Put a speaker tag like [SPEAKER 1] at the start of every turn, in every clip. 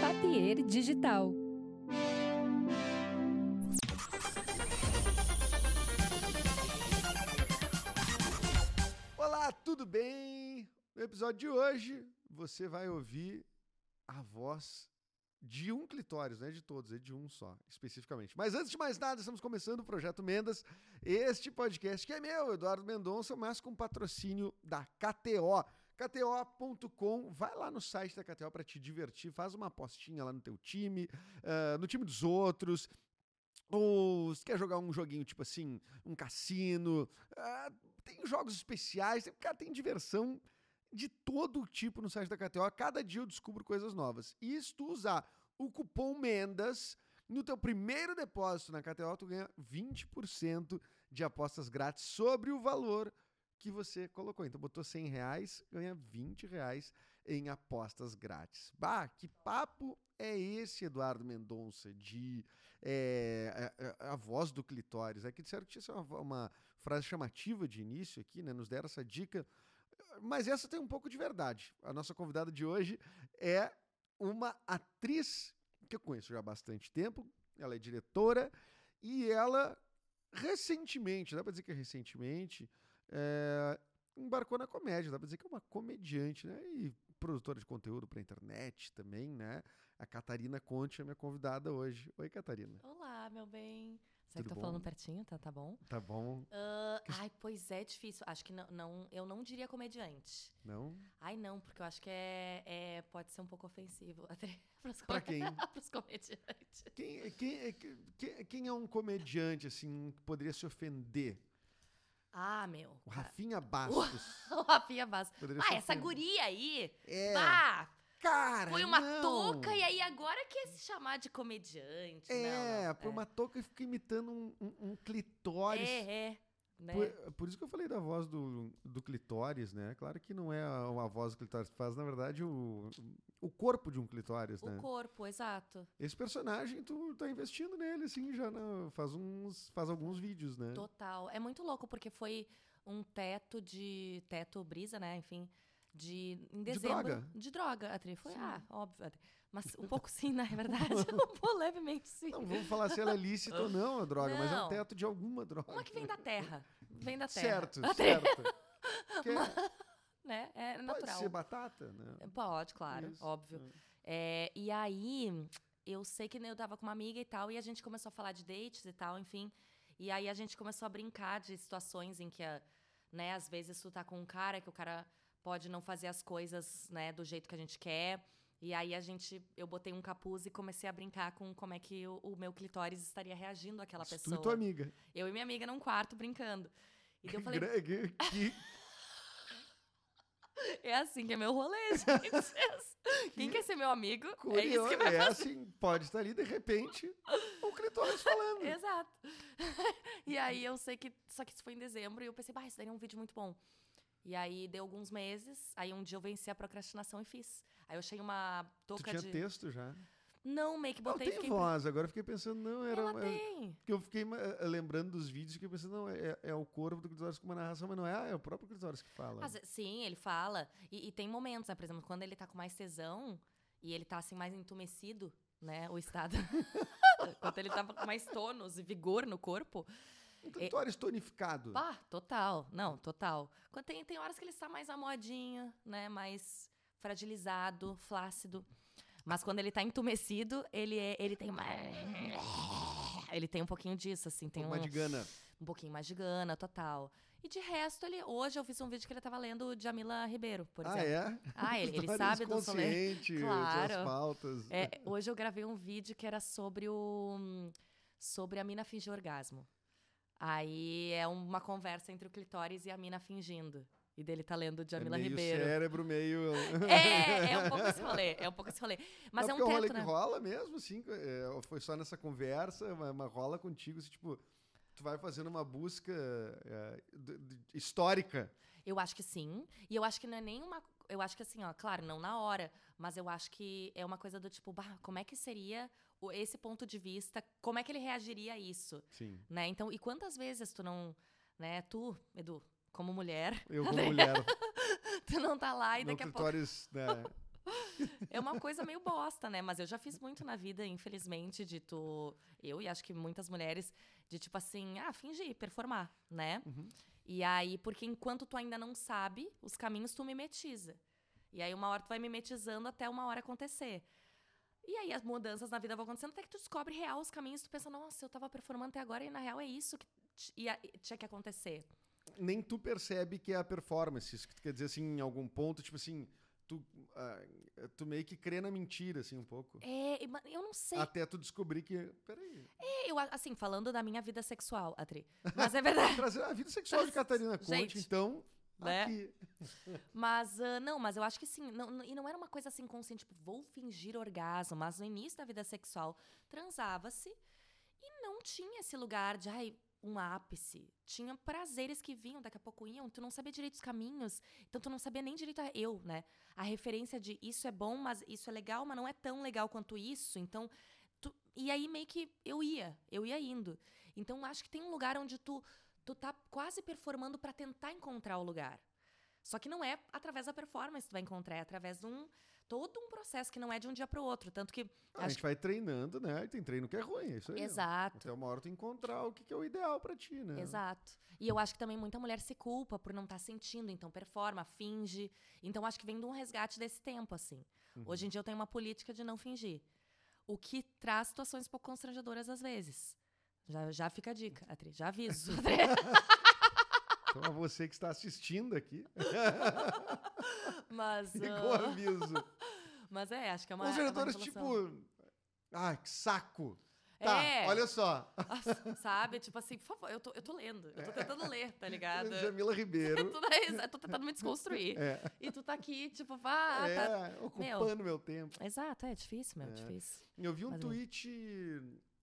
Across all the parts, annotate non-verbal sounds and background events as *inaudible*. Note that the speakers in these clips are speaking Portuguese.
[SPEAKER 1] Saber Digital.
[SPEAKER 2] Olá, tudo bem? No episódio de hoje, você vai ouvir a voz de um clitóris, não é de todos, é de um só, especificamente. Mas antes de mais nada, estamos começando o Projeto Mendas, este podcast que é meu, Eduardo Mendonça, mas com patrocínio da KTO. KTO.com, vai lá no site da KTO para te divertir, faz uma apostinha lá no teu time, ah, no time dos outros, ou se quer jogar um joguinho tipo assim, um cassino, ah, tem jogos especiais, tem, cara, tem diversão de todo tipo no site da KTO. A Cada dia eu descubro coisas novas. E se tu usar o cupom MENDAS no teu primeiro depósito na KTO, tu ganha 20% de apostas grátis sobre o valor que você colocou. Então botou 100 reais, ganha 20 reais em apostas grátis. Bah, que papo é esse, Eduardo Mendonça, de é, a, a- a voz do clitóris? É que disseram que tinha uma, uma frase chamativa de início aqui, né? Nos deram essa dica. Mas essa tem um pouco de verdade. A nossa convidada de hoje é uma atriz que eu conheço já há bastante tempo. Ela é diretora e ela recentemente, dá pra dizer que é recentemente, é, embarcou na comédia. Dá pra dizer que é uma comediante, né? E produtora de conteúdo pra internet também, né? A Catarina Conte é minha convidada hoje. Oi, Catarina.
[SPEAKER 3] Olá, meu bem.
[SPEAKER 2] Tudo
[SPEAKER 3] Será que tô
[SPEAKER 2] bom?
[SPEAKER 3] falando pertinho? Tá, tá bom?
[SPEAKER 2] Tá bom?
[SPEAKER 3] Ah, ai, pois é, difícil. Acho que não, não- eu não diria comediante.
[SPEAKER 2] Não?
[SPEAKER 3] Ai, não, porque eu acho que é, é- pode ser um pouco ofensivo *laughs* até pros,
[SPEAKER 2] Pra
[SPEAKER 3] come-
[SPEAKER 2] quem?
[SPEAKER 3] pros comediantes.
[SPEAKER 2] Quem, quem, quem, quem é um comediante, assim, que poderia se ofender?
[SPEAKER 3] Ah, meu.
[SPEAKER 2] O Rafinha Bastos.
[SPEAKER 3] O Rafinha Basso.
[SPEAKER 2] Poderia
[SPEAKER 3] Ah,
[SPEAKER 2] se
[SPEAKER 3] essa
[SPEAKER 2] ofender.
[SPEAKER 3] guria aí,
[SPEAKER 2] É,
[SPEAKER 3] pá,
[SPEAKER 2] cara,
[SPEAKER 3] foi uma
[SPEAKER 2] não.
[SPEAKER 3] touca e aí agora quer se chamar de comediante.
[SPEAKER 2] É,
[SPEAKER 3] não, não,
[SPEAKER 2] foi uma touca e fica imitando um, um- um
[SPEAKER 3] é.
[SPEAKER 2] clitóris.
[SPEAKER 3] É, é, né?
[SPEAKER 2] Por, por isso que eu falei da voz do, do clitóris, né? Claro que não é a, a voz do clitóris que faz, na verdade, o, o corpo de um clitóris, né?
[SPEAKER 3] O corpo, exato.
[SPEAKER 2] Esse personagem, tu tá investindo nele, assim, já na- faz, uns, faz alguns vídeos, né?
[SPEAKER 3] Total. É muito louco, porque foi um teto de. Teto brisa, né? Enfim. De. Em dezembro.
[SPEAKER 2] droga.
[SPEAKER 3] De droga, Atri. Foi,
[SPEAKER 2] Sim.
[SPEAKER 3] ah, óbvio. Atri. Mas um pouco sim, na verdade. um pouco levemente sim.
[SPEAKER 2] Não vamos falar se ela é lícita ou não a droga, mas é um
[SPEAKER 3] Não.
[SPEAKER 2] teto de alguma droga.
[SPEAKER 3] Uma que vem da terra. Vem da terra.
[SPEAKER 2] Certo,
[SPEAKER 3] Atri, *laughs*
[SPEAKER 2] certo. Que é-
[SPEAKER 3] Né? É
[SPEAKER 2] pode
[SPEAKER 3] natural.
[SPEAKER 2] ser batata, né?
[SPEAKER 3] Pode, claro,
[SPEAKER 2] Isso,
[SPEAKER 3] óbvio.
[SPEAKER 2] é.
[SPEAKER 3] É, e aí, eu sei que eu tava com uma amiga e tal, e a gente começou a falar de dates e tal, enfim. E aí a gente começou a brincar de situações em que, a- né, às vezes tu tá com um cara que o cara pode não fazer as coisas, né, do jeito que a gente quer. E aí a gente, eu botei um capuz e comecei a brincar com como é que o, o meu clitóris estaria reagindo àquela
[SPEAKER 2] Isso
[SPEAKER 3] pessoa.
[SPEAKER 2] Tu e tua amiga.
[SPEAKER 3] Eu e minha amiga num quarto brincando. E daí eu falei, *laughs*
[SPEAKER 2] Greg, que-
[SPEAKER 3] é assim que é meu rolê,
[SPEAKER 2] *laughs*
[SPEAKER 3] gente. Quem quer ser meu amigo? É isso
[SPEAKER 2] Curioso,
[SPEAKER 3] que
[SPEAKER 2] é,
[SPEAKER 3] vai
[SPEAKER 2] assim, pode estar ali, de repente, o clitóris falando.
[SPEAKER 3] Exato. *laughs* e aí eu sei que. Só que isso foi em dezembro e eu pensei, bah, isso daria um vídeo muito bom. E aí deu alguns meses, aí um dia eu venci a procrastinação e fiz. Aí eu achei uma
[SPEAKER 2] tu
[SPEAKER 3] touca
[SPEAKER 2] tinha
[SPEAKER 3] de.
[SPEAKER 2] texto já.
[SPEAKER 3] Não, meio que
[SPEAKER 2] Não,
[SPEAKER 3] botei e
[SPEAKER 2] tem
[SPEAKER 3] fiquei.
[SPEAKER 2] voz, agora eu fiquei pensando, não, era...
[SPEAKER 3] Ela
[SPEAKER 2] era-
[SPEAKER 3] tem.
[SPEAKER 2] Porque eu fiquei eh, lembrando dos vídeos, fiquei pensando, não, é, é o corpo do clitóris com uma narração, mas não é, é o próprio clitóris que fala.
[SPEAKER 3] Às ve- sim, ele fala. E, e tem momentos, né? Por exemplo, quando ele tá com mais tesão e ele tá assim, mais entumecido, né? O estado. *laughs* quando ele tava com mais tônus e vigor no corpo. é,
[SPEAKER 2] Um clitóris tonificado.
[SPEAKER 3] Bah, total. Não, total. Quando tem, tem horas que ele está mais à modinha, né? Mais fragilizado, flácido. Mas quando ele tá entumecido, ele, é, ele tem uma... *laughs* Ele tem um pouquinho disso, assim. Tem
[SPEAKER 2] uma
[SPEAKER 3] um,
[SPEAKER 2] de Gana.
[SPEAKER 3] um pouquinho mais de gana, total. E de resto, ele... Hoje eu fiz um vídeo que ele tava lendo Jamila Ribeiro, por
[SPEAKER 2] Ah,
[SPEAKER 3] exemplo.
[SPEAKER 2] é? *laughs*
[SPEAKER 3] Ah, ele, ele
[SPEAKER 2] Clitóris
[SPEAKER 3] sabe do soleil.
[SPEAKER 2] consciente, de as
[SPEAKER 3] Claro.
[SPEAKER 2] pautas.
[SPEAKER 3] É, hoje eu gravei um vídeo que era sobre o. sobre a mina fingir orgasmo. Aí é uma conversa entre o clitóris e a mina fingindo. E dele tá lendo Jamila
[SPEAKER 2] é meio
[SPEAKER 3] Ribeiro.
[SPEAKER 2] cérebro, meio...
[SPEAKER 3] É, é um pouco esse rolê, é um pouco esse rolê. *laughs* Mas é um
[SPEAKER 2] porque rolê
[SPEAKER 3] teto,
[SPEAKER 2] que
[SPEAKER 3] né?
[SPEAKER 2] rola mesmo, assim, é, ou foi só nessa conversa, mas, mas rola contigo, assim, tipo, tu vai fazendo uma busca é, d- d- histórica.
[SPEAKER 3] Eu acho que sim. E eu acho que não é nenhuma. Eu acho que assim, ó, claro, não na hora, mas eu acho que é uma coisa do tipo, bah, como é que seria o- esse ponto de vista? Como é que ele reagiria a isso?
[SPEAKER 2] Sim.
[SPEAKER 3] Né? Então, e quantas vezes tu não, né, tu, Edu, como mulher, *laughs*
[SPEAKER 2] Eu como mulher,
[SPEAKER 3] tu não tá lá e
[SPEAKER 2] meu
[SPEAKER 3] daqui a pouco.
[SPEAKER 2] clitóris, né?
[SPEAKER 3] *laughs* É uma coisa meio bosta, né? Mas eu já fiz muito na vida, infelizmente, de tu. Eu e acho que muitas mulheres, de tipo assim, ah, fingir, performar, né?
[SPEAKER 2] Uhum.
[SPEAKER 3] E aí, porque enquanto tu ainda não sabe os caminhos, tu mimetiza. E aí, uma hora tu vai mimetizando até uma hora acontecer. E aí, as mudanças na vida vão acontecendo até que tu descobre real os caminhos. Tu pensa, nossa, eu tava performando até agora e na real é isso que t- ia- tinha que acontecer.
[SPEAKER 2] nem tu percebe que é a performance. Isso que tu quer dizer, assim, em algum ponto, tipo assim, tu, ah, tu meio que crê na mentira, assim, um pouco.
[SPEAKER 3] É, e ma- eu não sei.
[SPEAKER 2] Até tu descobrir que. Peraí.
[SPEAKER 3] É, Eu, a- assim, falando da minha vida sexual, Atri. Mas é verdade.
[SPEAKER 2] Trazer a vida sexual de Catarina Conte,
[SPEAKER 3] Gente,
[SPEAKER 2] então.
[SPEAKER 3] né?
[SPEAKER 2] Aqui.
[SPEAKER 3] Mas, ah, não, mas eu acho que sim. Não- não- e não era uma coisa assim consciente, tipo, vou fingir orgasmo. Mas no início da vida sexual, transava-se e não tinha esse lugar de, ai, um ápice. Tinha prazeres que vinham, daqui a pouco iam. Tu não sabia direito os caminhos. Então, tu não sabia nem direito a eu, né? A referência de isso é bom, mas isso é legal, mas não é tão legal quanto isso. Então, tu- e aí meio que eu ia, eu ia indo. Então, acho que tem um lugar onde tu, tu tá quase performando pra tentar encontrar o lugar. Só que não é através da performance que tu vai encontrar, é através de um todo um processo que não é de um dia pro outro, tanto que
[SPEAKER 2] Ah, a gente vai treinando, né? E tem treino que é ruim, é isso aí.
[SPEAKER 3] exato,
[SPEAKER 2] Até uma hora tu encontrar o que, que é o ideal pra ti, né?
[SPEAKER 3] exato. E eu acho que também muita mulher se culpa por não estar sentindo, então performa, finge. Então acho que vem de um resgate desse tempo assim.
[SPEAKER 2] Uhum.
[SPEAKER 3] Hoje em dia eu tenho uma política de não fingir, o que traz situações um pouco constrangedoras às vezes. Já, já fica a dica, Atri, já aviso. *laughs*
[SPEAKER 2] *laughs*
[SPEAKER 3] Atri.
[SPEAKER 2] Então, a você que está assistindo aqui, *laughs*
[SPEAKER 3] Mas,
[SPEAKER 2] ficou o
[SPEAKER 3] ah,
[SPEAKER 2] aviso.
[SPEAKER 3] mas é, acho que é uma. é uma
[SPEAKER 2] Conservadores,
[SPEAKER 3] evolução.
[SPEAKER 2] tipo. Ah, que saco! Tá,
[SPEAKER 3] É.
[SPEAKER 2] olha só.
[SPEAKER 3] Ah, Sabe? Tipo assim, por favor, eu tô, eu tô lendo. Eu tô tentando ler, tá
[SPEAKER 2] *laughs*
[SPEAKER 3] ligado? é
[SPEAKER 2] Jamila
[SPEAKER 3] Eu *laughs*
[SPEAKER 2] Ribeiro.
[SPEAKER 3] tô, na exa- tô tentando me desconstruir.
[SPEAKER 2] É.
[SPEAKER 3] E tu tá aqui, tipo, vá.
[SPEAKER 2] é,
[SPEAKER 3] tá-
[SPEAKER 2] ocupando meu tempo.
[SPEAKER 3] Exato, é difícil, meu,
[SPEAKER 2] É.
[SPEAKER 3] difícil.
[SPEAKER 2] Eu vi um
[SPEAKER 3] Mas bem.
[SPEAKER 2] tweet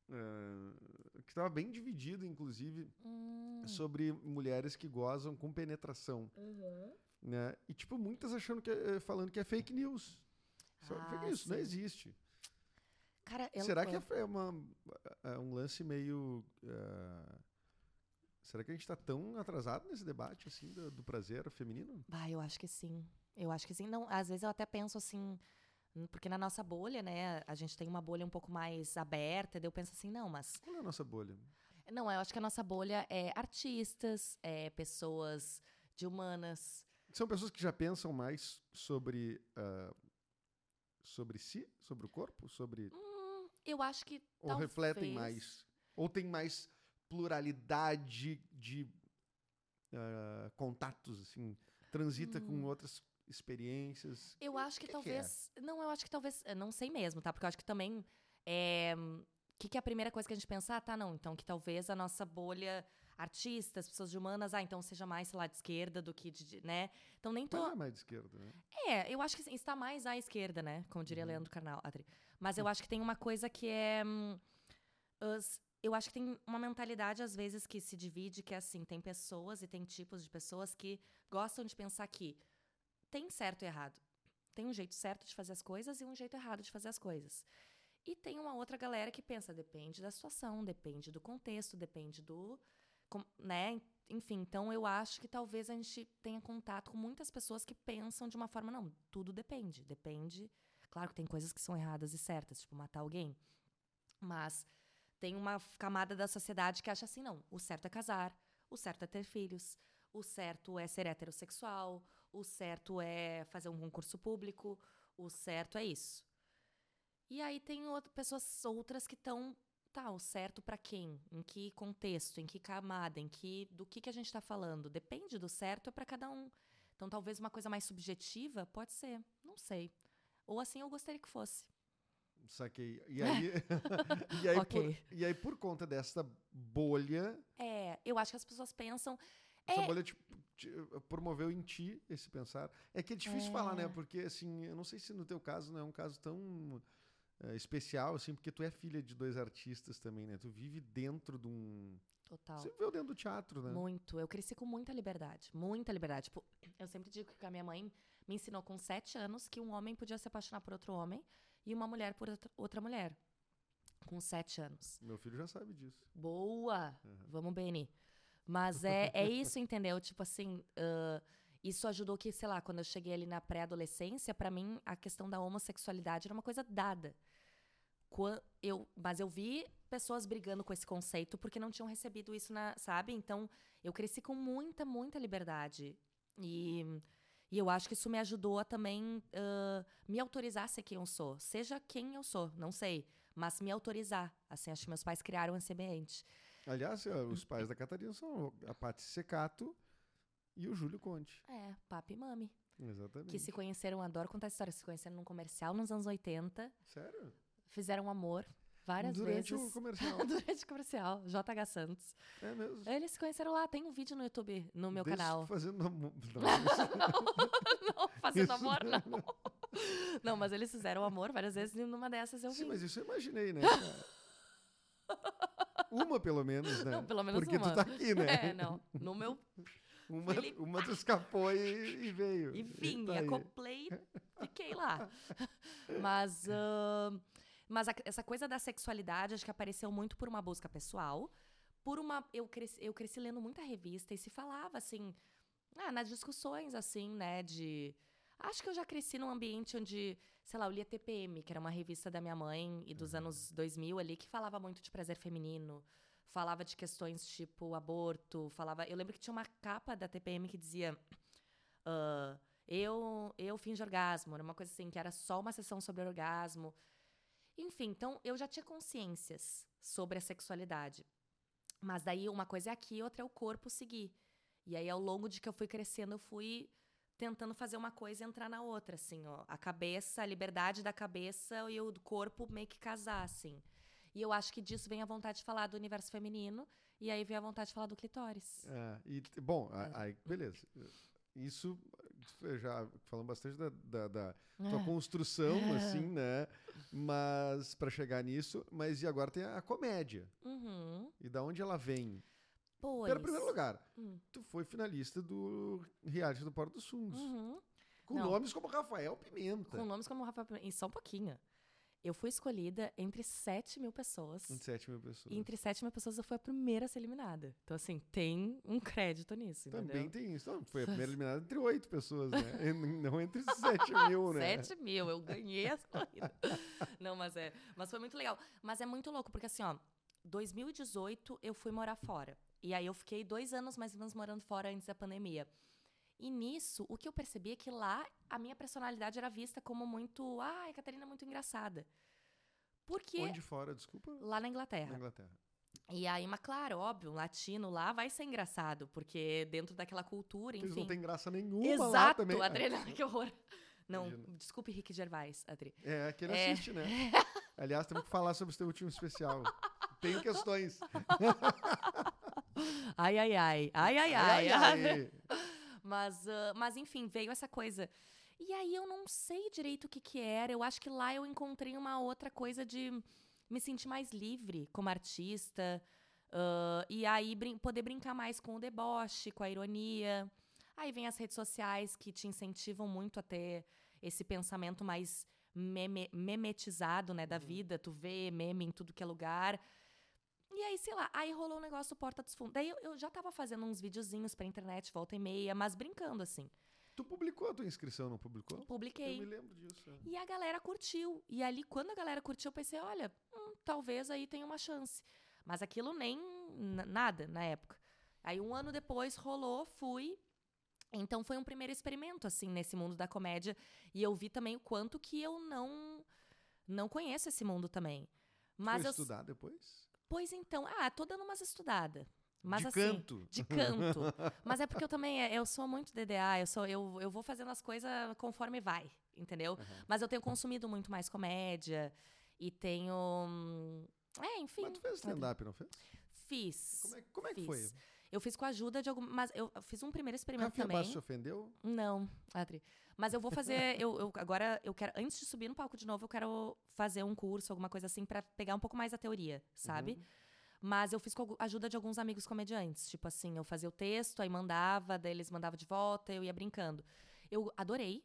[SPEAKER 2] eh, que estava bem dividido, inclusive,
[SPEAKER 3] Hum.
[SPEAKER 2] sobre mulheres que gozam com penetração, né? E tipo muitas achando que é- falando que é fake news. Sabe?
[SPEAKER 3] Ah,
[SPEAKER 2] fake news não
[SPEAKER 3] sim.
[SPEAKER 2] existe.
[SPEAKER 3] Cara, eu-
[SPEAKER 2] Será que é fe- é uma, é um lance meio eh, Será que a gente está tão atrasado nesse debate assim do, do prazer feminino?
[SPEAKER 3] Bah, eu acho que sim. Eu acho que sim. Não, às vezes eu até penso assim, hum, porque na nossa bolha, né, a gente tem uma bolha um pouco mais aberta, daí eu penso assim, não, mas
[SPEAKER 2] Qual é a nossa bolha?
[SPEAKER 3] Não, eu acho que a nossa bolha é artistas, é pessoas de humanas.
[SPEAKER 2] São pessoas que já pensam mais sobre ah, sobre si, sobre o corpo, sobre
[SPEAKER 3] Eu acho que.
[SPEAKER 2] ou refletem
[SPEAKER 3] talvez-
[SPEAKER 2] mais, ou tem mais pluralidade de ah, contatos, assim, transita
[SPEAKER 3] Hum.
[SPEAKER 2] com outras experiências.
[SPEAKER 3] Eu acho que,
[SPEAKER 2] que que é?
[SPEAKER 3] talvez. Não, eu acho que talvez. eu Não sei mesmo, tá? Porque eu acho que também. é, O que, que é a primeira coisa que a gente pensar? Ah, tá, não. Então, que talvez a nossa bolha artistas, pessoas de humanas, ah, então seja mais, sei lá, de esquerda do que de. de- né? Então, nem tô.
[SPEAKER 2] Mas não é mais de esquerda, né?
[SPEAKER 3] É, eu acho que assim, está mais à esquerda, né? Como diria
[SPEAKER 2] Uhum.
[SPEAKER 3] Leandro Carnal, Adri. Mas eu acho que tem uma coisa que é. hum, as- eu acho que tem uma mentalidade, às vezes, que se divide, que é assim: tem pessoas e tem tipos de pessoas que gostam de pensar que tem certo e errado. Tem um jeito certo de fazer as coisas e um jeito errado de fazer as coisas. E tem uma outra galera que pensa, depende da situação, depende do contexto, depende do. com- né? Enfim, então eu acho que talvez a gente tenha contato com muitas pessoas que pensam de uma forma, não, tudo depende. Depende. Claro que tem coisas que são erradas e certas, tipo matar alguém. Mas tem uma f- camada da sociedade que acha assim, não, o certo é casar, o certo é ter filhos, o certo é ser heterossexual, o certo é fazer um concurso público, o certo é isso. E aí tem outras pessoas outras que estão tá, o certo pra quem? Em que contexto? Em que camada? Em que do que que a gente tá falando? Depende do certo é pra cada um. Então talvez uma coisa mais subjetiva pode ser, não sei. Ou assim eu gostaria que fosse.
[SPEAKER 2] Saquei.
[SPEAKER 3] *laughs*
[SPEAKER 2] E aí, *laughs* e, aí
[SPEAKER 3] Ok.
[SPEAKER 2] por, e aí, por conta dessa bolha,
[SPEAKER 3] É, eu acho que as pessoas pensam
[SPEAKER 2] essa
[SPEAKER 3] É.
[SPEAKER 2] bolha te, te promoveu em ti esse pensar. É que é difícil falar, né? Porque, assim, eu não sei se no teu caso não é um caso tão eh, especial, assim, porque tu é filha de dois artistas também, né? Tu vive dentro de um...
[SPEAKER 3] total.
[SPEAKER 2] Você viveu dentro do teatro, né?
[SPEAKER 3] Muito. Eu cresci com muita liberdade. Muita liberdade. Tipo, eu sempre digo que a minha mãe me ensinou com sete anos que um homem podia se apaixonar por outro homem e uma mulher por outra- outra mulher. Com sete anos.
[SPEAKER 2] Meu filho já sabe disso.
[SPEAKER 3] Boa!
[SPEAKER 2] Uhum.
[SPEAKER 3] Vamos, Beni. Mas é, é isso, entendeu? Tipo assim, ãh, Isso ajudou que, sei lá, quando eu cheguei ali na pré-adolescência, pra mim a questão da homossexualidade era uma coisa dada. Qua- eu, mas eu vi pessoas brigando com esse conceito porque não tinham recebido isso na, sabe? Então, eu cresci com muita, muita liberdade. E, e eu acho que isso me ajudou a também ãh, me autorizar a ser quem eu sou. Seja quem eu sou, não sei. Mas me autorizar. Assim, acho que meus pais criaram esse ambiente.
[SPEAKER 2] Aliás, eh, os
[SPEAKER 3] Então.
[SPEAKER 2] pais da Catarina são a Paty Secato e o Júlio Conte.
[SPEAKER 3] É, papi e mami.
[SPEAKER 2] Exatamente.
[SPEAKER 3] Que se conheceram, adoro contar essa história, se conheceram num comercial nos anos 80,
[SPEAKER 2] Sério?
[SPEAKER 3] fizeram um amor várias
[SPEAKER 2] Durante o
[SPEAKER 3] vezes. *laughs*
[SPEAKER 2] comercial.
[SPEAKER 3] Durante o comercial, JH Santos.
[SPEAKER 2] é mesmo.
[SPEAKER 3] Eles se conheceram lá, tem um vídeo no YouTube, no meu
[SPEAKER 2] Deles
[SPEAKER 3] canal.
[SPEAKER 2] Fazendo
[SPEAKER 3] *laughs*
[SPEAKER 2] amor. Não,
[SPEAKER 3] Não, fazendo
[SPEAKER 2] Isso
[SPEAKER 3] amor, não. *laughs* Não, mas eles fizeram um amor várias vezes e numa dessas eu vi.
[SPEAKER 2] Sim, mas isso eu imaginei, né?
[SPEAKER 3] *laughs*
[SPEAKER 2] cara? Uma, pelo menos, né?
[SPEAKER 3] Não, pelo menos
[SPEAKER 2] Porque
[SPEAKER 3] uma.
[SPEAKER 2] tu tá aqui, né?
[SPEAKER 3] *laughs* É, não. No meu.
[SPEAKER 2] Uma,
[SPEAKER 3] Ele-
[SPEAKER 2] uma tu escapou e, e veio.
[SPEAKER 3] E é vim,
[SPEAKER 2] tá aí.
[SPEAKER 3] acoplei,
[SPEAKER 2] *laughs*
[SPEAKER 3] fiquei lá. Mas. ahn, mas a- essa coisa da sexualidade acho que apareceu muito por uma busca pessoal. Por uma. Eu cresci, eu cresci lendo muita revista e se falava, assim. Ah, nas discussões, assim, né? De. Acho que eu já cresci num ambiente onde, sei lá, eu lia TPM, que era uma revista da minha mãe e dos anos 2000 ali, que falava muito de prazer feminino, falava de questões tipo aborto, falava. Eu lembro que tinha uma capa da TPM que dizia. ah, eu, eu finjo orgasmo, era uma coisa assim, que era só uma sessão sobre orgasmo. Enfim, então eu já tinha consciências sobre a sexualidade. Mas daí uma coisa é aqui, outra é o corpo seguir. E aí ao longo de que eu fui crescendo, eu fui tentando fazer uma coisa e entrar na outra, assim, ó. A cabeça, a liberdade da cabeça e o do corpo meio que casar, assim. E eu acho que disso vem a vontade de falar do universo feminino e aí vem a vontade de falar do clitóris.
[SPEAKER 2] É, e, t- bom, a- aí, beleza. Isso, eh, já falando bastante da, da- da
[SPEAKER 3] É.
[SPEAKER 2] tua construção, assim, né? Mas, para chegar nisso, mas e agora tem a comédia.
[SPEAKER 3] Uhum.
[SPEAKER 2] E da onde ela vem?
[SPEAKER 3] Pois.
[SPEAKER 2] Pera, em primeiro lugar,
[SPEAKER 3] Hum.
[SPEAKER 2] tu foi finalista do reality do Porto dos Fundos.
[SPEAKER 3] Uhum.
[SPEAKER 2] Com
[SPEAKER 3] Não.
[SPEAKER 2] nomes como Rafael Pimenta.
[SPEAKER 3] Com nomes como Rafa Pimenta. E só um pouquinho. Eu fui escolhida entre 7 mil pessoas.
[SPEAKER 2] 27 mil pessoas.
[SPEAKER 3] E entre 7 mil pessoas eu fui a primeira a ser eliminada. Então, assim, tem um crédito nisso,
[SPEAKER 2] Também
[SPEAKER 3] entendeu?
[SPEAKER 2] tem isso. Não, foi a
[SPEAKER 3] *laughs*
[SPEAKER 2] primeira eliminada entre oito pessoas, né? E n- Não entre 7 mil, né?
[SPEAKER 3] 7 mil, eu ganhei a corrida. *laughs* Não, mas é. Mas foi muito legal. Mas é muito louco, porque assim, ó, 2018 eu fui morar fora. E aí eu fiquei dois anos mais ou menos morando fora antes da pandemia. E nisso, o que eu percebi é que lá a minha personalidade era vista como muito. Ai, a Catarina é muito engraçada. Porque.
[SPEAKER 2] Onde fora, desculpa?
[SPEAKER 3] Lá na
[SPEAKER 2] Na
[SPEAKER 3] Inglaterra.
[SPEAKER 2] Inglaterra.
[SPEAKER 3] E aí, mas claro, óbvio, um latino lá vai ser engraçado, porque dentro daquela cultura,
[SPEAKER 2] Eles
[SPEAKER 3] enfim.
[SPEAKER 2] não têm graça nenhuma lá
[SPEAKER 3] Exato,
[SPEAKER 2] também. Ah,
[SPEAKER 3] adrenalina, *laughs* que horror. Não,
[SPEAKER 2] Imagina.
[SPEAKER 3] desculpe Rick Gervais, Adri.
[SPEAKER 2] É, que ele
[SPEAKER 3] É.
[SPEAKER 2] assiste,
[SPEAKER 3] *laughs*
[SPEAKER 2] né? Aliás, temos que falar sobre o seu último especial. Tenho questões.
[SPEAKER 3] Ai, ai, ai. Ai, ai, ai.
[SPEAKER 2] Ai, ai.
[SPEAKER 3] Mas, ah, mas enfim, veio essa coisa. E aí eu não sei direito o que que era. Eu acho que lá eu encontrei uma outra coisa de me sentir mais livre como artista. ah, e aí brin- poder brincar mais com o deboche, com a ironia. Aí vem as redes sociais que te incentivam muito a ter esse pensamento mais meme- memetizado, né, da vida. Tu vê meme em tudo que é lugar. E aí, sei lá, aí rolou um negócio do Porta dos Fundos. Daí eu, eu já tava fazendo uns videozinhos pra internet, volta e meia, mas brincando, assim.
[SPEAKER 2] Tu publicou a tua inscrição, não publicou? Eu me
[SPEAKER 3] Publiquei.
[SPEAKER 2] lembro disso. é.
[SPEAKER 3] E a galera curtiu. E ali, quando a galera curtiu, eu pensei, olha, hum, talvez aí tenha uma chance. Mas aquilo nem n- nada na época. Aí um ano depois rolou, fui. Então foi um primeiro experimento, assim, nesse mundo da comédia. E eu vi também o quanto que eu não, não conheço esse mundo também. Mas
[SPEAKER 2] Foi
[SPEAKER 3] eu.
[SPEAKER 2] estudar depois?
[SPEAKER 3] Pois então, ah, tô dando umas estudadas. Mas
[SPEAKER 2] De
[SPEAKER 3] assim.
[SPEAKER 2] canto.
[SPEAKER 3] De canto. Mas é porque eu também, é, eu sou muito DDA, eu, sou, eu, eu vou fazendo as coisas conforme vai, entendeu?
[SPEAKER 2] Aham.
[SPEAKER 3] Mas eu tenho consumido muito mais comédia e tenho. hum, É, enfim.
[SPEAKER 2] Mas tu fez stand-up, não fez?
[SPEAKER 3] Fiz.
[SPEAKER 2] Como é, como é que
[SPEAKER 3] Fiz.
[SPEAKER 2] foi?
[SPEAKER 3] Eu fiz com a ajuda de algum. Mas eu fiz um primeiro experimento
[SPEAKER 2] Rafinha
[SPEAKER 3] também.
[SPEAKER 2] Bastos se ofendeu?
[SPEAKER 3] Não, Adri. Mas eu vou fazer. eu, eu- agora, eu quero. Antes de subir no palco de novo, eu quero fazer um curso, alguma coisa assim, pra pegar um pouco mais a teoria, sabe? Mas eu fiz com a ajuda de alguns amigos comediantes. Tipo assim, eu fazia o texto, aí mandava, daí eles mandavam de volta, eu ia brincando. Eu adorei,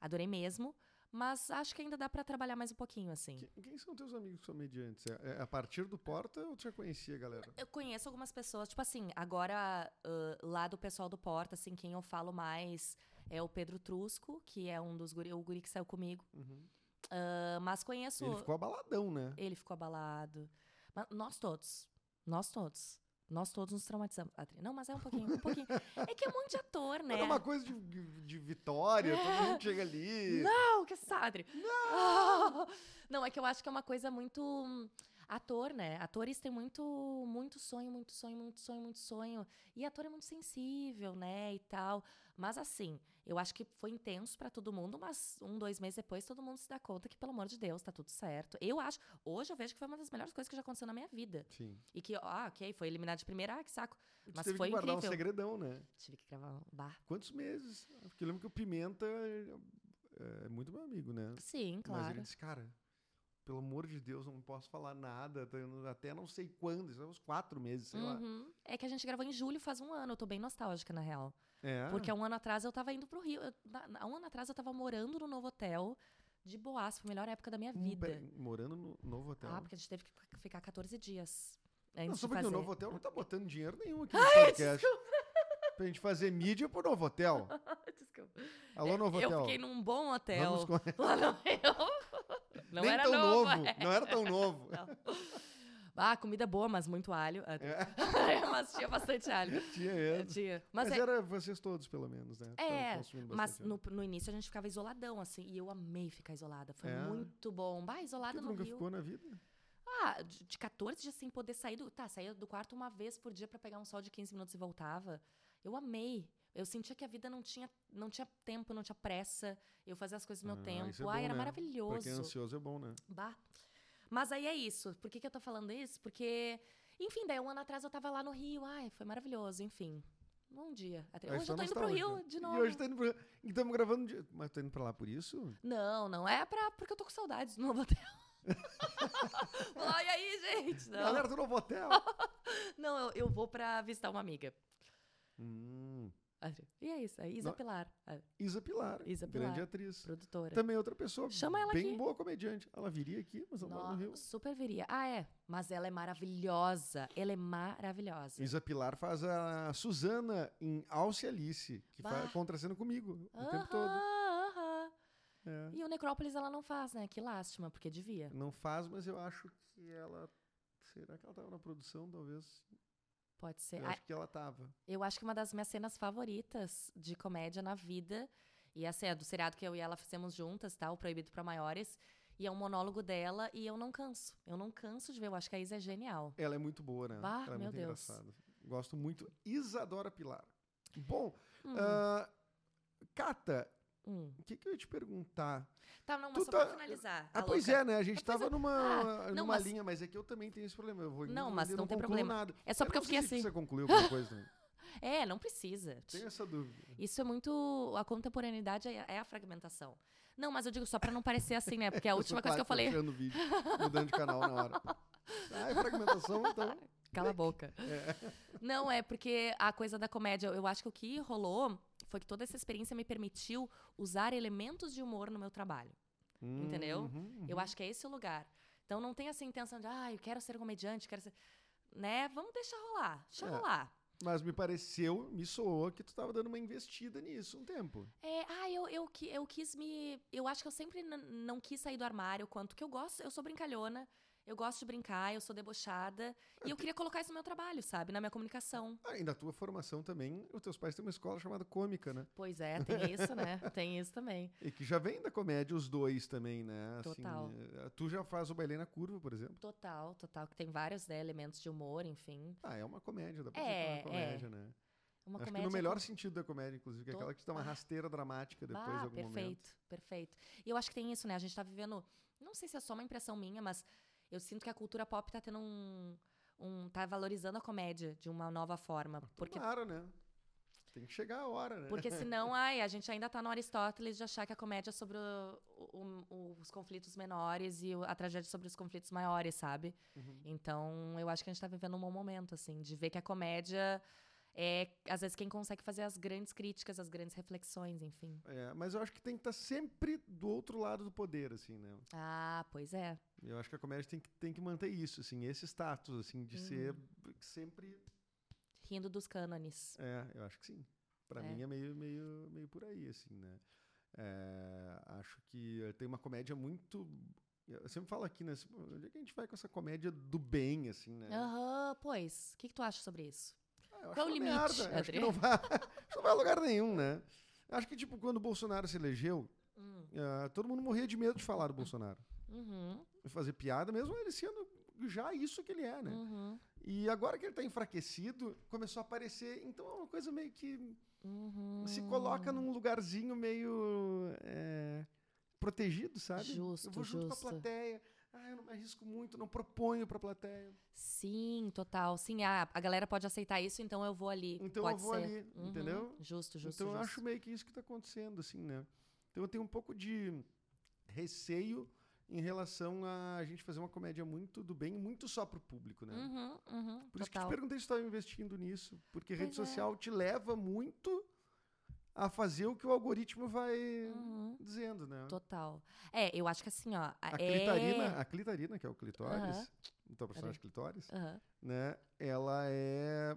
[SPEAKER 3] adorei mesmo. Mas acho que ainda dá pra trabalhar mais um pouquinho, assim.
[SPEAKER 2] Que- Quem são teus amigos comediantes? É, é a partir do Porta ou tu já conhecia, a galera?
[SPEAKER 3] Eu conheço algumas pessoas, tipo assim, agora ãh, lá do pessoal do Porta, assim, quem eu falo mais é o Pedro Trusco, que é um dos guri, o guri que saiu comigo.
[SPEAKER 2] Uhum.
[SPEAKER 3] Ãh, mas conheço.
[SPEAKER 2] Ele ficou abaladão, né?
[SPEAKER 3] ele ficou abalado. Mas nós todos. Nós todos. Nós todos nos traumatizamos. Adri. Não, mas é um pouquinho, um
[SPEAKER 2] *laughs*
[SPEAKER 3] pouquinho. É que é um monte de ator, né?
[SPEAKER 2] Mas É uma coisa de, de vitória,
[SPEAKER 3] *laughs*
[SPEAKER 2] todo mundo chega ali.
[SPEAKER 3] Não, Ah, que sadre. Não! *laughs* Não, é que eu acho que é uma coisa muito hum, ator, né? Atores têm muito muito sonho, muito sonho, muito sonho, muito sonho. E ator é muito sensível, né, e tal. Mas assim, eu acho que foi intenso pra todo mundo, mas um, dois meses depois todo mundo se dá conta que pelo amor de Deus, tá tudo certo. Eu acho, hoje eu vejo que foi uma das melhores coisas que já aconteceu na minha vida.
[SPEAKER 2] Sim.
[SPEAKER 3] E que, ah, OK, foi eliminado de primeira, ah, que saco.
[SPEAKER 2] Tu
[SPEAKER 3] Mas
[SPEAKER 2] teve
[SPEAKER 3] foi
[SPEAKER 2] que guardar um
[SPEAKER 3] incrível.
[SPEAKER 2] segredão, né?
[SPEAKER 3] Tive que gravar um bar.
[SPEAKER 2] Quantos meses? Porque eu lembro que o Pimenta é, é muito meu amigo, né?
[SPEAKER 3] Sim,
[SPEAKER 2] Mas ele
[SPEAKER 3] claro.
[SPEAKER 2] disse, cara, pelo amor de Deus, não posso falar nada, tá- até não sei quando, isso é uns quatro meses, sei lá.
[SPEAKER 3] Uhum. É que a gente gravou em julho faz um ano, eu tô bem nostálgica, na real.
[SPEAKER 2] É.
[SPEAKER 3] Porque há um ano atrás eu tava indo pro Rio. Eu, na- na- há um ano atrás eu tava morando no novo hotel de Boas. Foi a melhor época da minha
[SPEAKER 2] Um
[SPEAKER 3] vida.
[SPEAKER 2] be- Morando no novo hotel.
[SPEAKER 3] Ah, porque a gente teve que fica- ficar 14 dias. Antes
[SPEAKER 2] então. não,
[SPEAKER 3] de
[SPEAKER 2] só porque o
[SPEAKER 3] fazer.
[SPEAKER 2] *laughs* novo hotel não tá botando dinheiro nenhum
[SPEAKER 3] *laughs*
[SPEAKER 2] aqui no podcast. Pra gente fazer mídia pro novo hotel.
[SPEAKER 3] Desculpa.
[SPEAKER 2] Alô, novo
[SPEAKER 3] eu
[SPEAKER 2] hotel.
[SPEAKER 3] fiquei num bom hotel.
[SPEAKER 2] Vamos com-
[SPEAKER 3] *laughs* Lá no Rio. Não
[SPEAKER 2] Nem
[SPEAKER 3] era
[SPEAKER 2] tão
[SPEAKER 3] novo.
[SPEAKER 2] novo.
[SPEAKER 3] é.
[SPEAKER 2] Não era tão novo.
[SPEAKER 3] Ah, comida boa, mas muito alho. Ah, *laughs* tá.
[SPEAKER 2] É, *laughs*
[SPEAKER 3] mas tinha bastante alho.
[SPEAKER 2] tinha essa.
[SPEAKER 3] Tinha. Mas,
[SPEAKER 2] Mas,
[SPEAKER 3] é,
[SPEAKER 2] era vocês todos, pelo menos, né? Tavam
[SPEAKER 3] É,
[SPEAKER 2] consumindo
[SPEAKER 3] mas
[SPEAKER 2] bastante. né?
[SPEAKER 3] no, no início a gente ficava isoladão, assim. E eu amei ficar isolada. Foi
[SPEAKER 2] É?
[SPEAKER 3] muito bom. Bah,
[SPEAKER 2] Por que
[SPEAKER 3] isolada
[SPEAKER 2] tu
[SPEAKER 3] no
[SPEAKER 2] nunca
[SPEAKER 3] Rio.
[SPEAKER 2] ficou na vida? né?
[SPEAKER 3] Ah, de de 14 dias sem poder sair do. Tá, saía do quarto uma vez por dia pra pegar um sol de 15 minutos e voltava. Eu amei. Eu sentia que a vida não tinha, não tinha tempo, não tinha pressa. Eu fazia as coisas no meu
[SPEAKER 2] Ah, isso é
[SPEAKER 3] tempo. Ai,
[SPEAKER 2] bom,
[SPEAKER 3] era
[SPEAKER 2] né? Pra
[SPEAKER 3] maravilhoso.
[SPEAKER 2] quem é ansioso é bom, né?
[SPEAKER 3] Bah. Mas aí é isso. Por que, que eu tô falando isso? Porque, enfim, daí um ano atrás eu tava lá no Rio. Ai, foi maravilhoso, enfim. Bom dia. Até-
[SPEAKER 2] Aí
[SPEAKER 3] Hoje eu
[SPEAKER 2] tá
[SPEAKER 3] tô indo pro
[SPEAKER 2] nostálgica.
[SPEAKER 3] Rio de novo.
[SPEAKER 2] E hoje tá indo pro E estamos gravando. De... Mas tá indo pra lá por isso?
[SPEAKER 3] Não, não é pra, porque eu tô com saudades do novo
[SPEAKER 2] *laughs*
[SPEAKER 3] hotel. Ai, aí, gente. Não.
[SPEAKER 2] Galera do novo
[SPEAKER 3] *laughs*
[SPEAKER 2] hotel!
[SPEAKER 3] Não, eu, eu vou pra visitar uma amiga.
[SPEAKER 2] hum.
[SPEAKER 3] Adri- E é isso, é Isa
[SPEAKER 2] Não.
[SPEAKER 3] Pilar, a
[SPEAKER 2] Isa Pilar,
[SPEAKER 3] Isa
[SPEAKER 2] grande
[SPEAKER 3] Pilar.
[SPEAKER 2] atriz.
[SPEAKER 3] produtora.
[SPEAKER 2] Também outra pessoa.
[SPEAKER 3] Chama ela
[SPEAKER 2] bem
[SPEAKER 3] aqui.
[SPEAKER 2] boa comediante. Ela viria aqui, mas ela mora no
[SPEAKER 3] No-
[SPEAKER 2] Rio.
[SPEAKER 3] super viria. Ah, é. Mas ela é maravilhosa. Ela é maravilhosa.
[SPEAKER 2] Isa Pilar faz a Suzana em Alce Alice, que
[SPEAKER 3] Bah.
[SPEAKER 2] faz contracendo comigo o
[SPEAKER 3] Aham,
[SPEAKER 2] tempo todo.
[SPEAKER 3] aham.
[SPEAKER 2] É.
[SPEAKER 3] E o Necrópolis ela não faz, né? Que lástima, porque devia.
[SPEAKER 2] Não faz, mas eu acho que ela. Será que ela tava na produção, talvez?
[SPEAKER 3] Pode ser.
[SPEAKER 2] Eu
[SPEAKER 3] Ah,
[SPEAKER 2] acho que ela tava.
[SPEAKER 3] eu acho que uma das minhas cenas favoritas de comédia na vida, e essa é a do seriado que eu e ela fizemos juntas, tá? O Proibido pra Maiores. E é um monólogo dela e eu não canso. Eu não canso de ver. Eu acho que a Isa é genial.
[SPEAKER 2] Ela é muito boa, né?
[SPEAKER 3] Bah,
[SPEAKER 2] ela é
[SPEAKER 3] meu
[SPEAKER 2] muito
[SPEAKER 3] Deus.
[SPEAKER 2] engraçada. Gosto muito. Isadora Pilar. Bom,
[SPEAKER 3] Hum,
[SPEAKER 2] ah, Cata,
[SPEAKER 3] hum.
[SPEAKER 2] o que, que eu ia te perguntar?
[SPEAKER 3] Tá, não,
[SPEAKER 2] tu
[SPEAKER 3] mas só pra
[SPEAKER 2] tá-
[SPEAKER 3] finalizar.
[SPEAKER 2] Ah,
[SPEAKER 3] a
[SPEAKER 2] pois
[SPEAKER 3] louca.
[SPEAKER 2] é, né? A gente
[SPEAKER 3] Ah, pois
[SPEAKER 2] tava
[SPEAKER 3] é.
[SPEAKER 2] numa,
[SPEAKER 3] Ah, não,
[SPEAKER 2] numa
[SPEAKER 3] mas-
[SPEAKER 2] linha, mas é que eu também tenho esse problema. Eu vou
[SPEAKER 3] Não,
[SPEAKER 2] indo,
[SPEAKER 3] mas
[SPEAKER 2] indo e
[SPEAKER 3] não tem
[SPEAKER 2] concluo
[SPEAKER 3] problema.
[SPEAKER 2] Nada.
[SPEAKER 3] É só porque eu,
[SPEAKER 2] não
[SPEAKER 3] fiquei
[SPEAKER 2] sei
[SPEAKER 3] assim.
[SPEAKER 2] Se você concluiu alguma coisa,
[SPEAKER 3] *laughs*
[SPEAKER 2] né?
[SPEAKER 3] É, não precisa.
[SPEAKER 2] Tenho essa dúvida.
[SPEAKER 3] Isso é muito. A contemporaneidade é, é a fragmentação. Não, mas eu digo só pra não parecer assim, né? Porque a última coisa que eu falei.
[SPEAKER 2] Fechando o vídeo, mudando de canal na hora. Ah, é fragmentação, então.
[SPEAKER 3] Cala a boca. Não, é porque a coisa da comédia, eu acho que o que rolou foi que toda essa experiência me permitiu usar elementos de humor no meu trabalho. *laughs* Entendeu?
[SPEAKER 2] Uhum,
[SPEAKER 3] Eu acho que é esse o lugar. Então não tem essa intenção de, ah, eu quero ser comediante, quero ser. Né? Vamos deixar rolar. Deixa
[SPEAKER 2] É.
[SPEAKER 3] rolar.
[SPEAKER 2] Mas me pareceu, me soou que tu tava dando uma investida nisso um tempo.
[SPEAKER 3] É, ah, eu, eu, qui- eu quis me. Eu acho que eu sempre n- não quis sair do armário, quanto que eu gosto. Eu sou brincalhona, eu gosto de brincar, eu sou debochada. E eu queria colocar isso no meu trabalho, sabe? Na minha comunicação.
[SPEAKER 2] Ah, e na tua formação também, os teus pais têm uma escola chamada Cômica, né?
[SPEAKER 3] Pois é, tem isso, né? *laughs* Tem isso também.
[SPEAKER 2] E que já vem da comédia os dois também, né? Assim,
[SPEAKER 3] Total.
[SPEAKER 2] eh, tu já faz o Bailei na Curva, por exemplo.
[SPEAKER 3] Total, total. Que tem vários né, elementos de humor, enfim.
[SPEAKER 2] Ah, é uma comédia, dá pra dizer que é uma
[SPEAKER 3] É,
[SPEAKER 2] comédia, né?
[SPEAKER 3] Uma
[SPEAKER 2] Acho
[SPEAKER 3] comédia.
[SPEAKER 2] que no melhor
[SPEAKER 3] com-
[SPEAKER 2] sentido da comédia, inclusive, que é
[SPEAKER 3] To-
[SPEAKER 2] aquela que te dá uma
[SPEAKER 3] Ah.
[SPEAKER 2] rasteira dramática depois
[SPEAKER 3] Bah,
[SPEAKER 2] de algum
[SPEAKER 3] perfeito,
[SPEAKER 2] momento.
[SPEAKER 3] perfeito. E eu acho que tem isso, né? A gente tá vivendo. Não sei se é só uma impressão minha, mas eu sinto que a cultura pop tá tendo um. um tá valorizando a comédia de uma nova forma. Porque
[SPEAKER 2] Claro, né? Tem que chegar a hora, né?
[SPEAKER 3] Porque senão, ai, a gente ainda tá no Aristóteles de achar que a comédia é sobre o- o- o- os conflitos menores e o- a tragédia é sobre os conflitos maiores, sabe?
[SPEAKER 2] Uhum.
[SPEAKER 3] Então, eu acho que a gente tá vivendo um bom momento, assim, de ver que a comédia é, às vezes, quem consegue fazer as grandes críticas, as grandes reflexões, enfim.
[SPEAKER 2] É, mas eu acho que tem que estar sempre do outro lado do poder, assim, né?
[SPEAKER 3] Ah, pois é.
[SPEAKER 2] Eu acho que a comédia tem que, tem que manter isso, assim, esse status, assim,
[SPEAKER 3] Uhum.
[SPEAKER 2] de ser sempre.
[SPEAKER 3] Rindo dos cânones.
[SPEAKER 2] É, eu acho que sim. Pra
[SPEAKER 3] É.
[SPEAKER 2] mim é meio, meio, meio por aí, assim, né? É, acho que eh, tem uma comédia muito. Eu sempre falo aqui, né? assim, "Pô, Onde é que a gente vai com essa comédia do bem, assim,
[SPEAKER 3] É. Ah,
[SPEAKER 2] né?
[SPEAKER 3] Aham, pois. O que, que tu acha sobre isso?
[SPEAKER 2] Ah, eu acho
[SPEAKER 3] Qual o
[SPEAKER 2] uma
[SPEAKER 3] limite,
[SPEAKER 2] merda, eu acho que
[SPEAKER 3] Adriano?
[SPEAKER 2] não vai, *laughs* acho que não vai a lugar nenhum, né? Acho que, tipo, quando o Bolsonaro se elegeu,
[SPEAKER 3] Hum.
[SPEAKER 2] ah, todo mundo morria de medo de falar do Bolsonaro.
[SPEAKER 3] Uhum,
[SPEAKER 2] Fazer piada, mesmo é ele sendo já isso que ele é, né?
[SPEAKER 3] uhum,
[SPEAKER 2] E agora que ele tá enfraquecido, começou a aparecer. Então é uma coisa meio que
[SPEAKER 3] uhum.
[SPEAKER 2] se coloca num lugarzinho meio é, protegido, sabe?
[SPEAKER 3] Justo,
[SPEAKER 2] eu vou junto
[SPEAKER 3] justo.
[SPEAKER 2] com a plateia. Ah, eu não me arrisco muito, não proponho pra plateia.
[SPEAKER 3] Sim, total. Sim, ah, a galera pode aceitar isso, então eu vou ali.
[SPEAKER 2] Então
[SPEAKER 3] pode
[SPEAKER 2] eu vou
[SPEAKER 3] ser.
[SPEAKER 2] ali,
[SPEAKER 3] Uhum,
[SPEAKER 2] entendeu?
[SPEAKER 3] Justo, justo.
[SPEAKER 2] então eu
[SPEAKER 3] justo.
[SPEAKER 2] acho meio que isso que tá acontecendo, assim, né? Então eu tenho um pouco de receio em relação a a gente fazer uma comédia muito do bem, muito só pro público, né?
[SPEAKER 3] Uhum, uhum,
[SPEAKER 2] Por isso que eu
[SPEAKER 3] total.
[SPEAKER 2] te perguntei se tu estava investindo nisso, porque rede
[SPEAKER 3] Pois é.
[SPEAKER 2] social te leva muito a fazer o que o algoritmo vai
[SPEAKER 3] Uhum,
[SPEAKER 2] dizendo, né?
[SPEAKER 3] total. É, eu acho que assim, ó.
[SPEAKER 2] A
[SPEAKER 3] é...
[SPEAKER 2] clitarina, a clitarina, que é o clitóris,
[SPEAKER 3] Aham.
[SPEAKER 2] o teu personagem clitóris,
[SPEAKER 3] Aham.
[SPEAKER 2] né? Ela é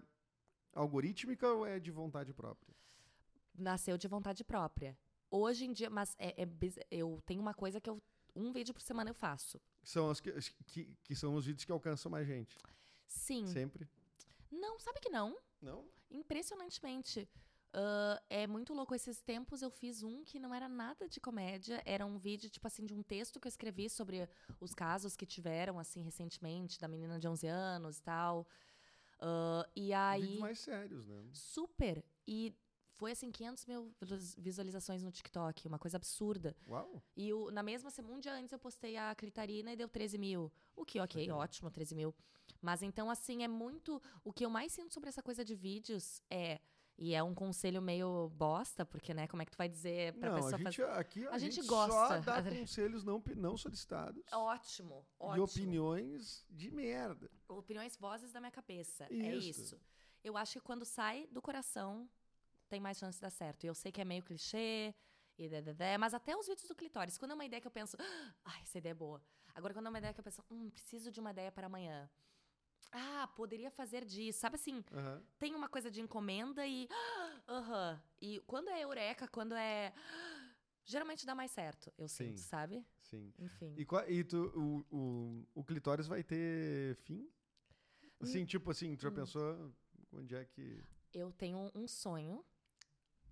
[SPEAKER 2] algorítmica ou é de vontade própria?
[SPEAKER 3] nasceu de vontade própria. Hoje em dia, mas é, é biz- eu tenho uma coisa que eu um vídeo por semana eu faço.
[SPEAKER 2] São as que, as que, que são os vídeos que alcançam mais gente.
[SPEAKER 3] Sim.
[SPEAKER 2] Sempre.
[SPEAKER 3] Não, sabe que não?
[SPEAKER 2] Não?
[SPEAKER 3] Impressionantemente. Ah, é muito louco. Esses tempos eu fiz um que não era nada de comédia. Era um vídeo, tipo assim, de um texto que eu escrevi sobre os casos que tiveram, assim, recentemente, da menina de 11 anos e tal. Ah, e aí.
[SPEAKER 2] Vídeos mais sérios, né?
[SPEAKER 3] Super! E foi assim, 500 mil vis- visualizações no TikTok. Uma coisa absurda.
[SPEAKER 2] Uau!
[SPEAKER 3] E o- na mesma semana, um dia antes eu postei a Clitarina e deu 13 mil. O que, ok,
[SPEAKER 2] Legal.
[SPEAKER 3] ótimo, 13 mil. Mas então, assim, é muito. O que eu mais sinto sobre essa coisa de vídeos é. E é um conselho meio bosta, porque, né, como é que tu vai dizer pra
[SPEAKER 2] não,
[SPEAKER 3] pessoa
[SPEAKER 2] a gente,
[SPEAKER 3] fazer.
[SPEAKER 2] aqui a,
[SPEAKER 3] a gente
[SPEAKER 2] só
[SPEAKER 3] gosta,
[SPEAKER 2] dá
[SPEAKER 3] Adri-
[SPEAKER 2] conselhos não, pe- não solicitados
[SPEAKER 3] Ótimo,
[SPEAKER 2] é e
[SPEAKER 3] ótimo.
[SPEAKER 2] opiniões de merda.
[SPEAKER 3] Opiniões vozes da minha cabeça. É
[SPEAKER 2] Isso.
[SPEAKER 3] isso. Eu acho que quando sai do coração, tem mais chance de dar certo. E eu sei que é meio clichê, e dedé, mas até os vídeos do clitóris. Quando é uma ideia que eu penso, *gasps* "Ah, ai, essa ideia é boa. Agora, quando é uma ideia que eu penso, hum, preciso de uma ideia para amanhã. Ah, poderia fazer disso. Sabe assim,
[SPEAKER 2] Aham.
[SPEAKER 3] tem uma coisa de encomenda e. *gasps* "Ah, Aham. E quando é eureka, quando é. *gasps* "Ah", Geralmente dá mais certo, eu
[SPEAKER 2] Sim.
[SPEAKER 3] sinto, sabe?
[SPEAKER 2] Sim.
[SPEAKER 3] Enfim.
[SPEAKER 2] E, qua- e tu, o, o, o clitóris vai ter fim?
[SPEAKER 3] Hum.
[SPEAKER 2] Assim, tipo assim, tu já pensou onde é que.
[SPEAKER 3] Eu tenho um sonho.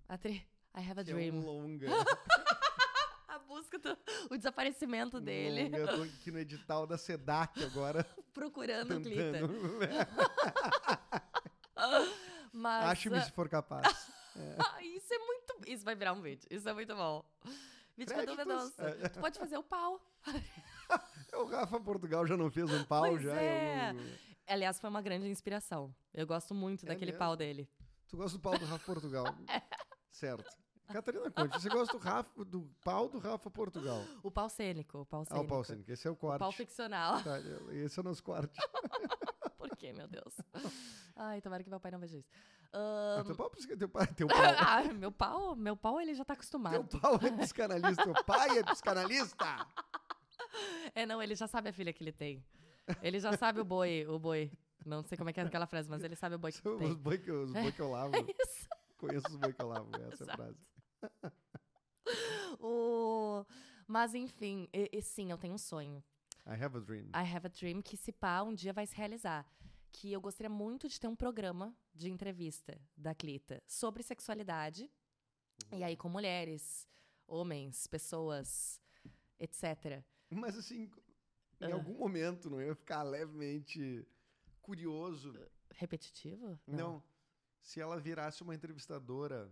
[SPEAKER 3] Atri... I have a
[SPEAKER 2] que
[SPEAKER 3] dream.
[SPEAKER 2] É um
[SPEAKER 3] *laughs*
[SPEAKER 2] longa.
[SPEAKER 3] A busca, do, o desaparecimento
[SPEAKER 2] um
[SPEAKER 3] dele,
[SPEAKER 2] longa. Eu tô aqui no edital da SEDAC agora,
[SPEAKER 3] *laughs* procurando o Clita.
[SPEAKER 2] tentando. né?
[SPEAKER 3] Mas
[SPEAKER 2] Ache-me se for capaz.
[SPEAKER 3] ah, isso é muito, isso vai virar um vídeo. Isso é muito bom. Vídeo com a Edu
[SPEAKER 2] Créditos. É.
[SPEAKER 3] Mendonça. Tu pode fazer o pau.
[SPEAKER 2] o Rafa Portugal já não fez um pau
[SPEAKER 3] Pois
[SPEAKER 2] já.
[SPEAKER 3] é.
[SPEAKER 2] eu não-
[SPEAKER 3] Aliás, foi uma grande inspiração. Eu gosto muito
[SPEAKER 2] É
[SPEAKER 3] daquele
[SPEAKER 2] mesmo?
[SPEAKER 3] pau dele.
[SPEAKER 2] Tu gosta do pau do Rafa Portugal?
[SPEAKER 3] *laughs*
[SPEAKER 2] certo. Catarina Conte, você gosta do, Rafa, do pau do Rafa Portugal?
[SPEAKER 3] O pau cênico, o pau
[SPEAKER 2] Ah,
[SPEAKER 3] cênico.
[SPEAKER 2] o pau cênico. Esse é o corte.
[SPEAKER 3] Pau ficcional. *laughs*
[SPEAKER 2] Tá, esse é o nosso corte.
[SPEAKER 3] Por quê, meu Deus? Ai, tomara que meu pai não veja
[SPEAKER 2] *laughs*
[SPEAKER 3] isso. Ah,
[SPEAKER 2] Ah, teu pau, por isso que é teu pai. Teu
[SPEAKER 3] *laughs*
[SPEAKER 2] pau.
[SPEAKER 3] ah, meu pau, meu pau ele já tá acostumado.
[SPEAKER 2] Teu pau é psicanalista, teu pai é psicanalista.
[SPEAKER 3] É, não, ele já sabe a filha que ele tem. Ele já sabe o boi, o boi. Não sei como é que é aquela frase, mas ele sabe o boi que
[SPEAKER 2] São os
[SPEAKER 3] tem.
[SPEAKER 2] boi que, eu- os boi que eu
[SPEAKER 3] *laughs*
[SPEAKER 2] lavo.
[SPEAKER 3] É isso.
[SPEAKER 2] Conheço os boi que eu lavo, essa é a
[SPEAKER 3] Exato.
[SPEAKER 2] frase.
[SPEAKER 3] O... *laughs* Mas enfim, e, e sim, eu tenho um sonho.
[SPEAKER 2] I have a dream.
[SPEAKER 3] I have a dream que se pá, um dia vai se realizar. Que eu gostaria muito de ter um programa de entrevista da Clita sobre sexualidade. E aí com mulheres, homens, pessoas, etc.
[SPEAKER 2] Mas assim, em
[SPEAKER 3] Ah.
[SPEAKER 2] algum momento, não ia ficar levemente curioso.
[SPEAKER 3] Repetitivo?
[SPEAKER 2] Não. Se ela virasse uma entrevistadora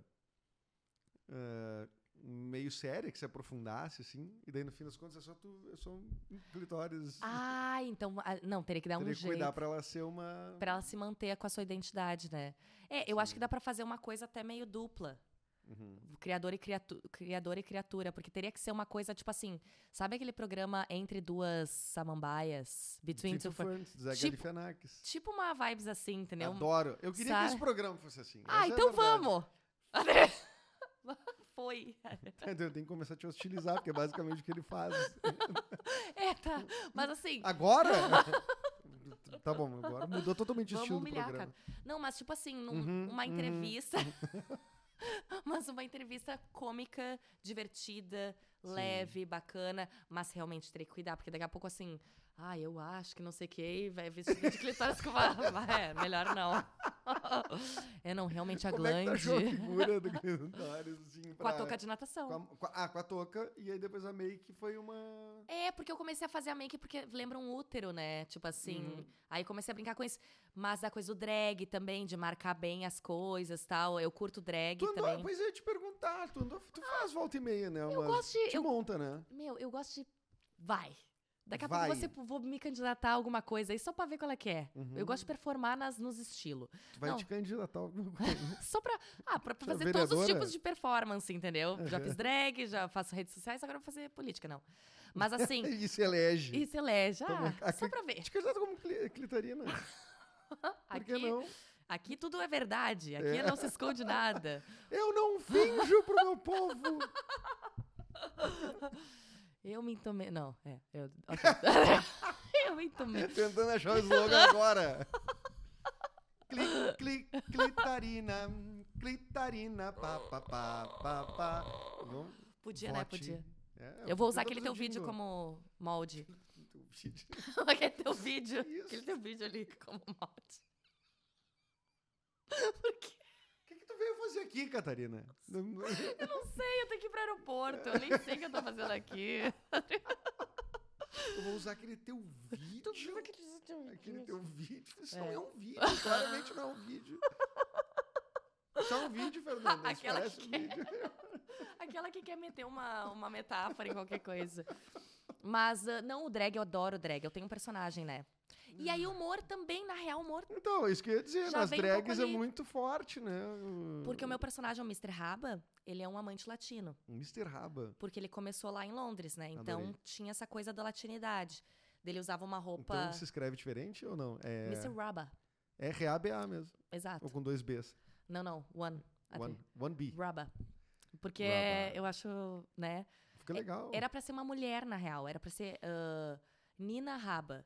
[SPEAKER 2] ah, meio séria, que se aprofundasse, assim, e daí no fim das contas é só tu. É só um clitóris.
[SPEAKER 3] Ah, então. ah, Não, teria que dar um
[SPEAKER 2] teria que
[SPEAKER 3] jeito.
[SPEAKER 2] cuidar pra ela ser uma.
[SPEAKER 3] Pra ela se manter com a sua identidade, né? É, eu acho que dá pra fazer uma coisa até meio dupla.
[SPEAKER 2] Uhum.
[SPEAKER 3] Criador e, criatu criador e criatura, porque teria que ser uma coisa, tipo assim, sabe aquele programa Entre Duas Samambaias? Between Two Ferns?
[SPEAKER 2] Ferns, Zé
[SPEAKER 3] Tipo-
[SPEAKER 2] Galifianakis.
[SPEAKER 3] Tipo uma vibes assim, entendeu?
[SPEAKER 2] Adoro. Eu queria
[SPEAKER 3] Sabe?
[SPEAKER 2] que esse programa fosse assim.
[SPEAKER 3] ah,
[SPEAKER 2] Essa é a
[SPEAKER 3] então
[SPEAKER 2] verdade. *laughs*
[SPEAKER 3] vamos! *laughs* Foi. *laughs*
[SPEAKER 2] Entendeu? Tem Então, que começar a te hostilizar, porque é basicamente o que ele faz.
[SPEAKER 3] É, tá. Mas assim,
[SPEAKER 2] Agora? *laughs* tá bom, agora mudou totalmente o
[SPEAKER 3] Vamos
[SPEAKER 2] estilo
[SPEAKER 3] humilhar,
[SPEAKER 2] do programa.
[SPEAKER 3] Não, mas tipo assim, num-
[SPEAKER 2] Uhum,
[SPEAKER 3] uma
[SPEAKER 2] uhum. *laughs*
[SPEAKER 3] entrevista. *laughs* mas uma entrevista cômica, divertida,
[SPEAKER 2] Sim.
[SPEAKER 3] leve, bacana. Mas realmente teria que cuidar, porque daqui a pouco assim. Ah, eu acho que não sei o que, vai vestido de clitóris com uma...
[SPEAKER 2] *laughs*
[SPEAKER 3] *laughs* É, melhor não. é, não, realmente a
[SPEAKER 2] Como é que tu
[SPEAKER 3] glande.
[SPEAKER 2] achou a figura do Glendários, assim,
[SPEAKER 3] *laughs* com a
[SPEAKER 2] pra-
[SPEAKER 3] touca de natação.
[SPEAKER 2] com a- com a- ah, com a touca, e aí depois a make foi uma...
[SPEAKER 3] É, porque eu comecei a fazer a make porque lembra um útero, né? Tipo assim.
[SPEAKER 2] Uhum.
[SPEAKER 3] Aí comecei a brincar com isso. Mas a coisa do drag também, de marcar bem as coisas tal. Eu curto drag
[SPEAKER 2] Tu é andou,
[SPEAKER 3] também.
[SPEAKER 2] pois eu ia te perguntar, tu, andou, tu faz volta e meia, né?
[SPEAKER 3] eu
[SPEAKER 2] umas-
[SPEAKER 3] gosto de.
[SPEAKER 2] Te
[SPEAKER 3] eu-
[SPEAKER 2] monta, né?
[SPEAKER 3] meu, eu gosto de. Vai. Daqui a
[SPEAKER 2] Vai.
[SPEAKER 3] pouco você vou me candidatar a alguma coisa aí só pra ver qual é que é.
[SPEAKER 2] Uhum.
[SPEAKER 3] Eu gosto de performar nas, nos estilos.
[SPEAKER 2] Tu vai
[SPEAKER 3] não.
[SPEAKER 2] te candidatar a alguma coisa.
[SPEAKER 3] Só pra. Ah, pra
[SPEAKER 2] Você é
[SPEAKER 3] fazer todos os
[SPEAKER 2] vereadora? Uhum.
[SPEAKER 3] tipos de performance, entendeu? Já
[SPEAKER 2] Aham.
[SPEAKER 3] fiz drag, já faço redes sociais, agora eu vou fazer política, não. Mas assim,
[SPEAKER 2] *laughs* e se elege.
[SPEAKER 3] isso elege.
[SPEAKER 2] Tá bom.
[SPEAKER 3] Ah, só pra ver.
[SPEAKER 2] é Te candidatar como cli-
[SPEAKER 3] *laughs*
[SPEAKER 2] clitarina. Por que
[SPEAKER 3] Aqui-
[SPEAKER 2] não?
[SPEAKER 3] Aqui tudo é verdade, aqui não se esconde nada.
[SPEAKER 2] Eu não finjo pro meu *laughs* povo.
[SPEAKER 3] Eu me entomei. Não, é. Eu, ok. *laughs* eu me entomei.
[SPEAKER 2] Tentando achar o slogan *laughs* agora. Clic, clic, clitarina, clitarina, pá, pá, pá, pá, pá. Vamos-
[SPEAKER 3] Podia, né?
[SPEAKER 2] vote.
[SPEAKER 3] Podia.
[SPEAKER 2] É,
[SPEAKER 3] Eu vou usar
[SPEAKER 2] tentando
[SPEAKER 3] aquele teu vídeo
[SPEAKER 2] jingle.
[SPEAKER 3] como molde. *laughs*
[SPEAKER 2] Teu vídeo.
[SPEAKER 3] aquele teu vídeo.
[SPEAKER 2] Isso.
[SPEAKER 3] Aquele teu vídeo ali como molde. *laughs*
[SPEAKER 2] O que, que tu veio fazer aqui, Catarina?
[SPEAKER 3] Eu não sei, eu tô aqui pro aeroporto. Eu nem sei o que eu tô fazendo aqui.
[SPEAKER 2] Eu vou usar aquele
[SPEAKER 3] *laughs*
[SPEAKER 2] teu
[SPEAKER 3] Tu
[SPEAKER 2] vídeo.
[SPEAKER 3] viu que diz- tu-
[SPEAKER 2] Aquele teu vídeo. Isso
[SPEAKER 3] É.
[SPEAKER 2] não é um vídeo. Claramente não é um vídeo. Isso é um vídeo, Fernanda. Isso
[SPEAKER 3] Aquela
[SPEAKER 2] parece um
[SPEAKER 3] que
[SPEAKER 2] vídeo.
[SPEAKER 3] Aquela que quer meter uma, uma metáfora em qualquer coisa. Mas, ah, não, o drag, eu adoro o drag. Eu tenho um personagem, né? E aí, o humor também, na real, o humor
[SPEAKER 2] Então, isso que eu ia dizer.
[SPEAKER 3] Já
[SPEAKER 2] nas
[SPEAKER 3] vem um
[SPEAKER 2] drags
[SPEAKER 3] pouco
[SPEAKER 2] é
[SPEAKER 3] ali.
[SPEAKER 2] muito forte, né? O-
[SPEAKER 3] Porque o meu personagem, o Mr. Raba, ele é um amante latino.
[SPEAKER 2] Mr. Raba.
[SPEAKER 3] Porque ele começou lá em Londres, né? Então
[SPEAKER 2] Adorei.
[SPEAKER 3] tinha essa coisa da latinidade. Dele usava uma roupa.
[SPEAKER 2] Então se escreve diferente ou não? É
[SPEAKER 3] Mr. Raba.
[SPEAKER 2] R-A-B-A mesmo.
[SPEAKER 3] Exato.
[SPEAKER 2] Ou com dois Bs.
[SPEAKER 3] Não, não. One. até.
[SPEAKER 2] One, one B.
[SPEAKER 3] Raba. Porque
[SPEAKER 2] Raba.
[SPEAKER 3] eu acho, né?
[SPEAKER 2] Fica legal.
[SPEAKER 3] Era pra ser uma mulher, na real. Era pra ser ah, Nina Raba.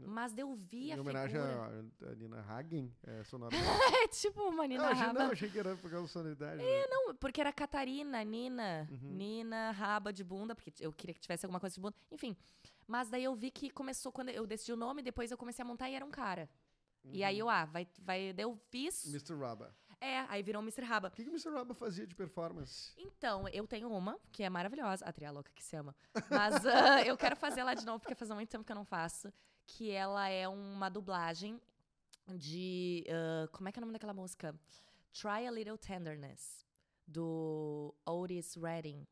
[SPEAKER 3] Mas eu vi a
[SPEAKER 2] em homenagem
[SPEAKER 3] figura.
[SPEAKER 2] à- à Nina Hagen, é, sonora.
[SPEAKER 3] É tipo uma *laughs* Nina
[SPEAKER 2] ah, achei,
[SPEAKER 3] Raba. É,
[SPEAKER 2] não, achei que era por causa da sonoridade. né?
[SPEAKER 3] Não, porque era Catarina, Nina,
[SPEAKER 2] Uhum.
[SPEAKER 3] Nina, raba de bunda, porque eu queria que tivesse alguma coisa de bunda, enfim. Mas daí eu vi que começou, quando eu decidi o nome, depois eu comecei a montar e era um cara. E aí eu, ah, vai, vai, daí eu fiz.
[SPEAKER 2] Mr. Raba.
[SPEAKER 3] É, aí virou Mr. Raba.
[SPEAKER 2] O que, que o Mr. Raba fazia de performance?
[SPEAKER 3] Então, eu tenho uma, que é maravilhosa, a tria louca que se ama. Mas ah, *laughs* eu quero fazer ela de novo, porque faz muito tempo que eu não faço. Que ela é uma dublagem de. ah, como é que é o nome daquela música? Try a Little Tenderness, do Otis Redding.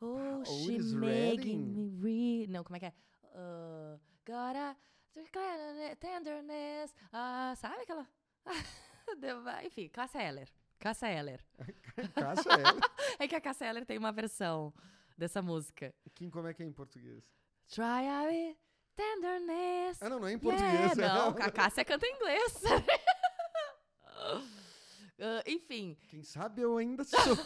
[SPEAKER 3] Oh,
[SPEAKER 2] Ah,
[SPEAKER 3] she
[SPEAKER 2] Otis
[SPEAKER 3] making
[SPEAKER 2] Redding?
[SPEAKER 3] me re... Não, como é que é? Ah, gotta tenderness. Ah, sabe aquela... *laughs* Enfim, Cássia Eller. Cássia Eller.
[SPEAKER 2] Caça
[SPEAKER 3] *laughs*
[SPEAKER 2] ela.
[SPEAKER 3] É que a Cassia Eller tem uma versão dessa música.
[SPEAKER 2] Kim, como é que é em português?
[SPEAKER 3] Try a bit tenderness.
[SPEAKER 2] Ah, não, não é em
[SPEAKER 3] Yeah,
[SPEAKER 2] português. é.
[SPEAKER 3] não, a Cássia canta em inglês. *laughs* Ah, enfim,
[SPEAKER 2] Quem sabe eu ainda
[SPEAKER 3] *laughs*
[SPEAKER 2] sou.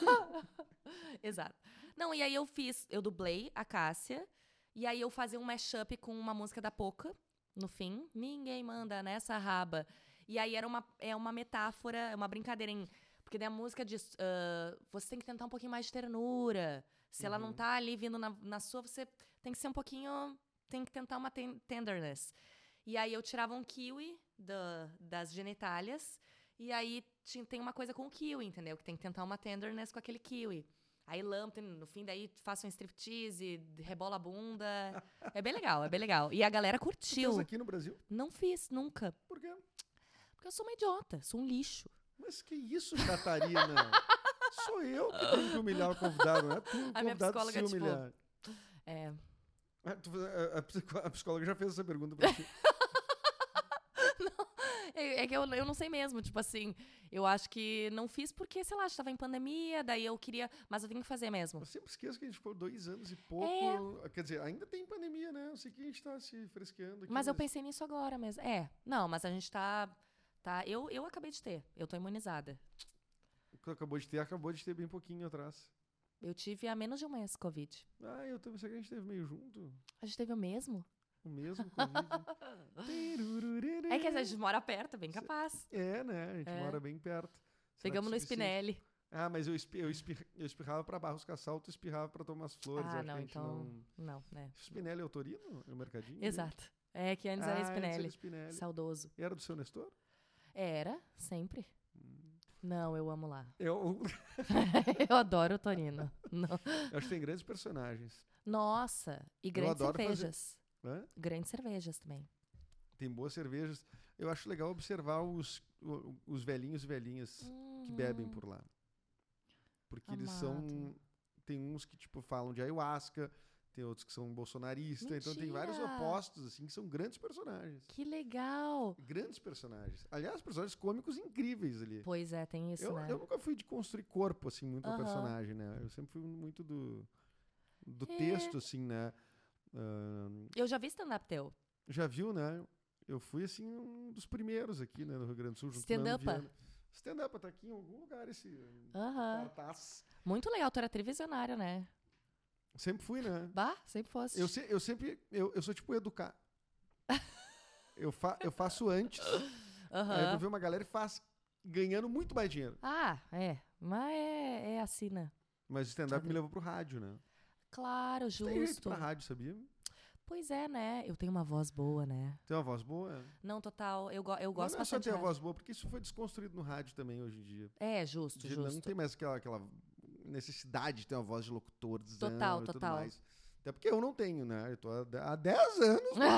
[SPEAKER 3] exato. Não, e aí eu fiz, eu dublei a Cássia, e aí eu fazia um mashup com uma música da Poca, no fim. Ninguém manda nessa raba. E aí era uma, é uma metáfora, é uma brincadeira em. Porque daí a música diz: ah, você tem que tentar um pouquinho mais de ternura. Se ela não
[SPEAKER 2] Uhum.
[SPEAKER 3] tá ali vindo na, na sua, você tem que ser um pouquinho. Tem que tentar uma ten- tenderness. E aí eu tirava um kiwi da- das genitálias. E aí ti- tem uma coisa com o kiwi, entendeu? Que tem que tentar uma tenderness com aquele kiwi. Aí lâmpada, no fim daí faço um striptease, rebola a bunda. É bem legal, é bem legal. E a galera
[SPEAKER 2] Fez
[SPEAKER 3] curtiu.
[SPEAKER 2] aqui no Brasil?
[SPEAKER 3] Não fiz, nunca.
[SPEAKER 2] Por quê?
[SPEAKER 3] Porque eu sou uma idiota, sou um lixo.
[SPEAKER 2] Mas que isso, Catarina? Sou eu que tenho que humilhar o convidado, não é tu, o
[SPEAKER 3] A minha
[SPEAKER 2] convidado se
[SPEAKER 3] psicóloga, tipo,
[SPEAKER 2] humilhar.
[SPEAKER 3] É.
[SPEAKER 2] Ah, tu- a- a psico- A psicóloga já fez essa pergunta pra ti.
[SPEAKER 3] É, é que eu, eu não sei mesmo, tipo assim, eu acho que não fiz porque, sei lá, estava em pandemia, daí eu queria, mas eu tenho que fazer mesmo.
[SPEAKER 2] Eu sempre esqueço que a gente ficou dois anos e pouco.
[SPEAKER 3] É.
[SPEAKER 2] Quer dizer, ainda tem pandemia, né? Eu sei que a gente tá se fresqueando aqui.
[SPEAKER 3] Mas eu pensei nisso agora mesmo. É, não, mas a gente tá. tá eu, eu acabei de ter, eu tô imunizada.
[SPEAKER 2] O que acabou de ter, acabou de ter bem pouquinho atrás.
[SPEAKER 3] Eu tive há menos de um mês Covid.
[SPEAKER 2] Ah, eu também. Será que a gente teve meio junto?
[SPEAKER 3] A gente teve o mesmo?
[SPEAKER 2] O mesmo Covid? Tirurururu.
[SPEAKER 3] *laughs* É que a gente mora perto, bem capaz.
[SPEAKER 2] É, né? A gente
[SPEAKER 3] É.
[SPEAKER 2] mora bem perto. Será
[SPEAKER 3] Pegamos
[SPEAKER 2] que
[SPEAKER 3] no
[SPEAKER 2] é suficiente?
[SPEAKER 3] Spinelli.
[SPEAKER 2] Ah, mas eu, espi- eu, espi- eu espirrava pra Barros Cassal, tu espirrava pra Tomás Flores.
[SPEAKER 3] Ah,
[SPEAKER 2] acho que a
[SPEAKER 3] não,
[SPEAKER 2] gente
[SPEAKER 3] então-
[SPEAKER 2] não-
[SPEAKER 3] Não, né?
[SPEAKER 2] Spinelli é o Torino? É o mercadinho? dele?
[SPEAKER 3] Exato. É que antes
[SPEAKER 2] Ah,
[SPEAKER 3] era
[SPEAKER 2] antes
[SPEAKER 3] Spinelli.
[SPEAKER 2] Spinelli.
[SPEAKER 3] Saudoso.
[SPEAKER 2] Era do seu Nestor?
[SPEAKER 3] Era, sempre.
[SPEAKER 2] Hum.
[SPEAKER 3] Não, eu amo lá. *laughs*
[SPEAKER 2] Eu
[SPEAKER 3] eu adoro o Torino. Não.
[SPEAKER 2] *laughs* acho que tem grandes personagens.
[SPEAKER 3] Nossa, e grandes
[SPEAKER 2] adoro fazer-
[SPEAKER 3] cervejas.
[SPEAKER 2] né?
[SPEAKER 3] Grandes cervejas também.
[SPEAKER 2] Tem boas cervejas. Eu acho legal observar os, o- os velhinhos e velhinhas que
[SPEAKER 3] Hum,
[SPEAKER 2] bebem por lá. Porque eles são.
[SPEAKER 3] Uhum. amado.
[SPEAKER 2] Tem uns que, tipo, falam de ayahuasca, tem outros que são bolsonaristas, então tem vários
[SPEAKER 3] Mentira!
[SPEAKER 2] opostos, assim, que são grandes personagens.
[SPEAKER 3] Que legal!
[SPEAKER 2] Grandes personagens. Aliás, personagens cômicos incríveis ali.
[SPEAKER 3] Pois é, tem isso,
[SPEAKER 2] eu,
[SPEAKER 3] né?
[SPEAKER 2] eu nunca fui de construir corpo, assim, muito ao
[SPEAKER 3] Aham.
[SPEAKER 2] personagem, né? Eu sempre fui muito do, do
[SPEAKER 3] É.
[SPEAKER 2] texto, assim, né? Ah,
[SPEAKER 3] Eu já vi stand-up teu.
[SPEAKER 2] já viu, né? Eu fui, assim, um dos primeiros aqui, né, no Rio Grande do Sul. junto com o Nando
[SPEAKER 3] Stand-upa.
[SPEAKER 2] Viana. Stand-up, tá aqui em algum lugar esse
[SPEAKER 3] Aham.
[SPEAKER 2] cartaz.
[SPEAKER 3] Muito legal, tu era trivisionário, né?
[SPEAKER 2] Sempre fui, né?
[SPEAKER 3] Bah, sempre assim. fosse.
[SPEAKER 2] Eu, se- eu sempre... Eu, eu sou, tipo, educar.
[SPEAKER 3] *laughs*
[SPEAKER 2] eu, fa, eu faço antes, aí eu
[SPEAKER 3] Aham.
[SPEAKER 2] vou ver uma galera e faz ganhando muito mais dinheiro.
[SPEAKER 3] Ah, é. Mas é, é assim, né?
[SPEAKER 2] Mas o stand-up me levou pro rádio, né?
[SPEAKER 3] Claro,
[SPEAKER 2] Tem jeito
[SPEAKER 3] justo.
[SPEAKER 2] pra rádio, sabia?
[SPEAKER 3] Pois é, né? Eu tenho uma voz boa, né?
[SPEAKER 2] Tem uma voz boa. é.
[SPEAKER 3] Não, total. Eu, go- eu gosto
[SPEAKER 2] não, não é só
[SPEAKER 3] bastante.
[SPEAKER 2] ter a
[SPEAKER 3] de
[SPEAKER 2] voz boa, porque isso foi desconstruído no rádio também hoje em dia.
[SPEAKER 3] rádio. É, justo,
[SPEAKER 2] De
[SPEAKER 3] justo.
[SPEAKER 2] não
[SPEAKER 3] *laughs*
[SPEAKER 2] tem mais aquela, aquela necessidade de ter uma voz de locutor dizendo
[SPEAKER 3] Total,
[SPEAKER 2] e tudo
[SPEAKER 3] total.
[SPEAKER 2] mais. Até porque eu não tenho, né? Eu tô há de- há 10
[SPEAKER 3] *laughs*
[SPEAKER 2] anos né,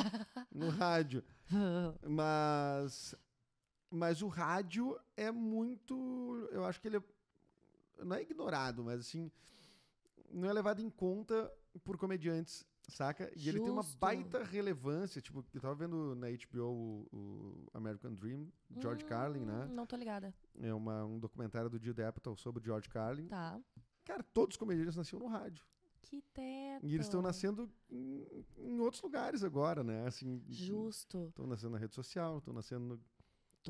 [SPEAKER 2] no rádio. Mas, mas o rádio é muito. Eu acho que ele é, não é ignorado, mas assim. Não é levado em conta por comediantes, saca? E ele tem uma
[SPEAKER 3] Justo.
[SPEAKER 2] baita relevância. Tipo, eu tava vendo na HBO o, o American Dream, George Carlin, né?
[SPEAKER 3] Hum, Não tô ligada.
[SPEAKER 2] É uma, um documentário do Judd Apatow sobre George Carlin.
[SPEAKER 3] Tá.
[SPEAKER 2] Cara, todos os comediantes nasciam no rádio.
[SPEAKER 3] Que teto.
[SPEAKER 2] E eles estão nascendo em, em outros lugares agora, né? Assim,
[SPEAKER 3] Justo,
[SPEAKER 2] estão nascendo na rede social, estão nascendo no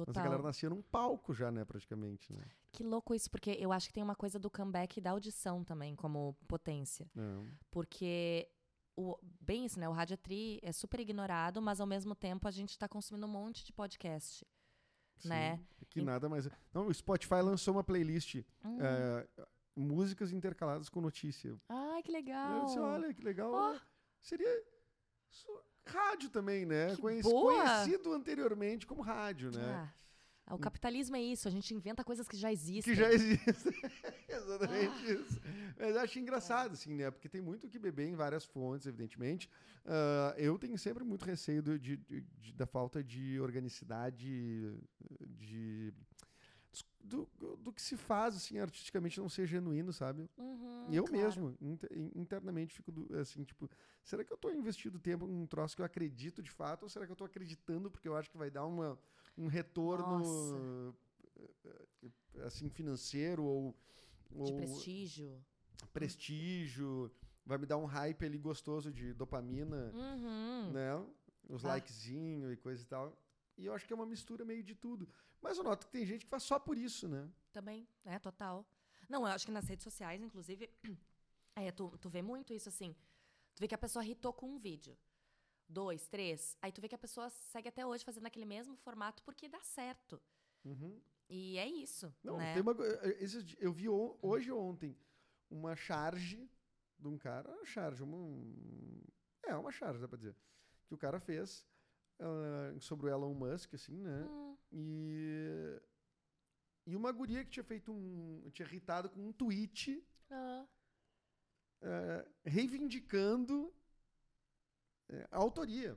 [SPEAKER 2] Mas a galera
[SPEAKER 3] total.
[SPEAKER 2] nascia num palco já, né, praticamente, né?
[SPEAKER 3] Que louco isso, porque eu acho que tem uma coisa do comeback da audição também, como potência.
[SPEAKER 2] É.
[SPEAKER 3] Porque, o, bem isso, né? O Rádio é Tri é super ignorado, mas ao mesmo tempo a gente tá consumindo um monte de podcast. Né?
[SPEAKER 2] Sim. Que
[SPEAKER 3] Em-
[SPEAKER 2] nada mais. é. Não, o Spotify lançou uma playlist.
[SPEAKER 3] Hum.
[SPEAKER 2] é, músicas intercaladas com notícia.
[SPEAKER 3] Ai, que legal!
[SPEAKER 2] Eu disse, olha, que legal.
[SPEAKER 3] Ó.
[SPEAKER 2] né? Seria isso- rádio também, né?
[SPEAKER 3] Que
[SPEAKER 2] Conhec-
[SPEAKER 3] boa!
[SPEAKER 2] Conhecido anteriormente como rádio, né?
[SPEAKER 3] Ah, o capitalismo é isso, a gente inventa coisas que já
[SPEAKER 2] que
[SPEAKER 3] existem.
[SPEAKER 2] já existe. *laughs* Exatamente isso. Mas eu acho engraçado, assim, né? Porque tem muito o que beber em várias fontes, evidentemente. Ah, eu tenho sempre muito receio do- de- de- de- da falta de organicidade, de. Do, do que se faz, assim, artisticamente não ser genuíno, sabe?
[SPEAKER 3] Uhum,
[SPEAKER 2] eu
[SPEAKER 3] claro.
[SPEAKER 2] mesmo, inter- internamente, fico do- assim, tipo, será que eu tô investindo tempo num troço que eu acredito de fato? Ou será que eu tô acreditando porque eu acho que vai dar uma, um retorno,
[SPEAKER 3] Nossa.
[SPEAKER 2] eh, assim, financeiro ou,
[SPEAKER 3] De
[SPEAKER 2] ou
[SPEAKER 3] prestígio.
[SPEAKER 2] prestígio, Vai me dar um hype ali gostoso de dopamina,
[SPEAKER 3] Uhum.
[SPEAKER 2] né? Os
[SPEAKER 3] Ah.
[SPEAKER 2] likezinho e coisa e tal. E eu acho que é uma mistura meio de tudo. Mas eu noto que tem gente que faz só por isso, né?
[SPEAKER 3] Também, é, total. Não, eu acho que nas redes sociais, inclusive, *clears throat* é, tu, tu vê muito isso assim. Tu vê que a pessoa hitou com um vídeo. Dois, três. Aí tu vê que a pessoa segue até hoje fazendo aquele mesmo formato porque dá certo.
[SPEAKER 2] Uhum.
[SPEAKER 3] E é isso.
[SPEAKER 2] Não,
[SPEAKER 3] né?
[SPEAKER 2] tem uma co- eh, eh, esses di- Eu vi on- hoje ou ontem uma charge de um cara. Uma charge, uma, um- é, uma charge, dá pra dizer. Que o cara fez ah, sobre o Elon Musk, assim, né?
[SPEAKER 3] Hum,
[SPEAKER 2] E. E uma guria que tinha feito um. tinha irritado com um tweet
[SPEAKER 3] ah,
[SPEAKER 2] eh, reivindicando eh, a autoria.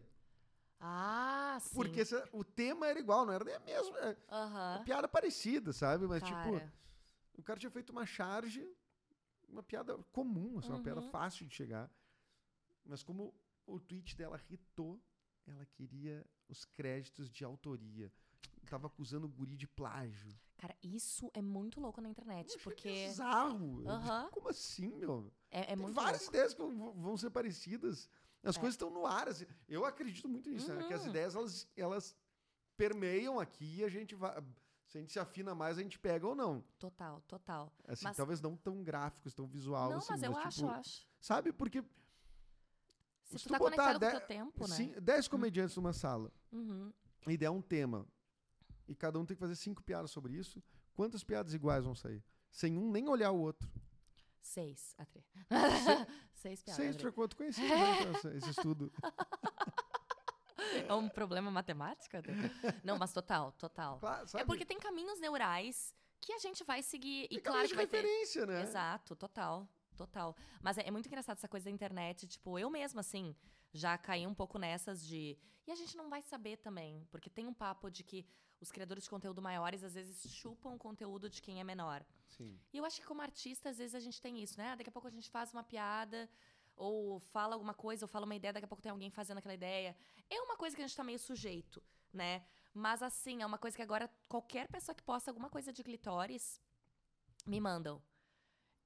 [SPEAKER 3] Ah, sim.
[SPEAKER 2] Porque se- o tema era igual, não era nem a mesma. é,
[SPEAKER 3] Aham.
[SPEAKER 2] uma piada parecida, sabe? Mas tipo.
[SPEAKER 3] cara.
[SPEAKER 2] O cara tinha feito uma charge, uma piada comum, assim, uma piada
[SPEAKER 3] Uhum.
[SPEAKER 2] fácil de chegar. Mas como o tweet dela irritou, ela queria os créditos de autoria. tava acusando o guri de plágio.
[SPEAKER 3] Cara, isso é muito louco na internet,
[SPEAKER 2] Eu achei
[SPEAKER 3] porque
[SPEAKER 2] Bizarro. É tipo,
[SPEAKER 3] Aham.
[SPEAKER 2] Como assim, meu?
[SPEAKER 3] é, é
[SPEAKER 2] Tem
[SPEAKER 3] muito
[SPEAKER 2] várias
[SPEAKER 3] louco. É.
[SPEAKER 2] ideias que vão vão ser parecidas. As coisas estão no ar. assim. Eu acredito muito nisso, né? Que as
[SPEAKER 3] Uhum.
[SPEAKER 2] ideias, elas, elas permeiam aqui e a gente vai... Se a gente se afina mais, a gente pega ou não.
[SPEAKER 3] Total, total.
[SPEAKER 2] Assim,
[SPEAKER 3] Mas-
[SPEAKER 2] talvez não tão gráficos, tão visual.
[SPEAKER 3] não,
[SPEAKER 2] assim,
[SPEAKER 3] mas eu
[SPEAKER 2] tipo,
[SPEAKER 3] acho, eu acho.
[SPEAKER 2] Sabe? Porque,
[SPEAKER 3] Se
[SPEAKER 2] se
[SPEAKER 3] tu
[SPEAKER 2] tu
[SPEAKER 3] tá
[SPEAKER 2] botar
[SPEAKER 3] conectado com o
[SPEAKER 2] dez-
[SPEAKER 3] teu tempo, né?
[SPEAKER 2] sim, 10 comediantes numa sala
[SPEAKER 3] Uhum.
[SPEAKER 2] e der um tema, e cada um tem que fazer cinco piadas sobre isso, quantas piadas iguais vão sair? Sem um nem olhar o outro.
[SPEAKER 3] Seis, a três. *laughs* Seis piadas.
[SPEAKER 2] Seis
[SPEAKER 3] Adri.
[SPEAKER 2] pra quanto conhecido, né? Então, essa- esse estudo.
[SPEAKER 3] *laughs* É um problema matemático? Adri? Não, mas total, total.
[SPEAKER 2] Claro, sabe?
[SPEAKER 3] É porque tem caminhos neurais que a gente vai seguir. E
[SPEAKER 2] Tem
[SPEAKER 3] claro
[SPEAKER 2] caminho
[SPEAKER 3] que
[SPEAKER 2] de
[SPEAKER 3] vai ter.
[SPEAKER 2] referência, né?
[SPEAKER 3] Exato, total, total. Mas é, é muito engraçado essa coisa da internet, tipo, eu mesma, assim, já caí um pouco nessas de. E a gente não vai saber também, porque tem um papo de que os criadores de conteúdo maiores às vezes chupam o conteúdo de quem é menor.
[SPEAKER 2] Sim.
[SPEAKER 3] E eu acho que como artista, às vezes a gente tem isso, né? Ah, Daqui a pouco a gente faz uma piada, ou fala alguma coisa, ou fala uma ideia, daqui a pouco tem alguém fazendo aquela ideia. É uma coisa que a gente tá meio sujeito, né? Mas assim, é uma coisa que agora qualquer pessoa que posta alguma coisa de clitóris me mandam.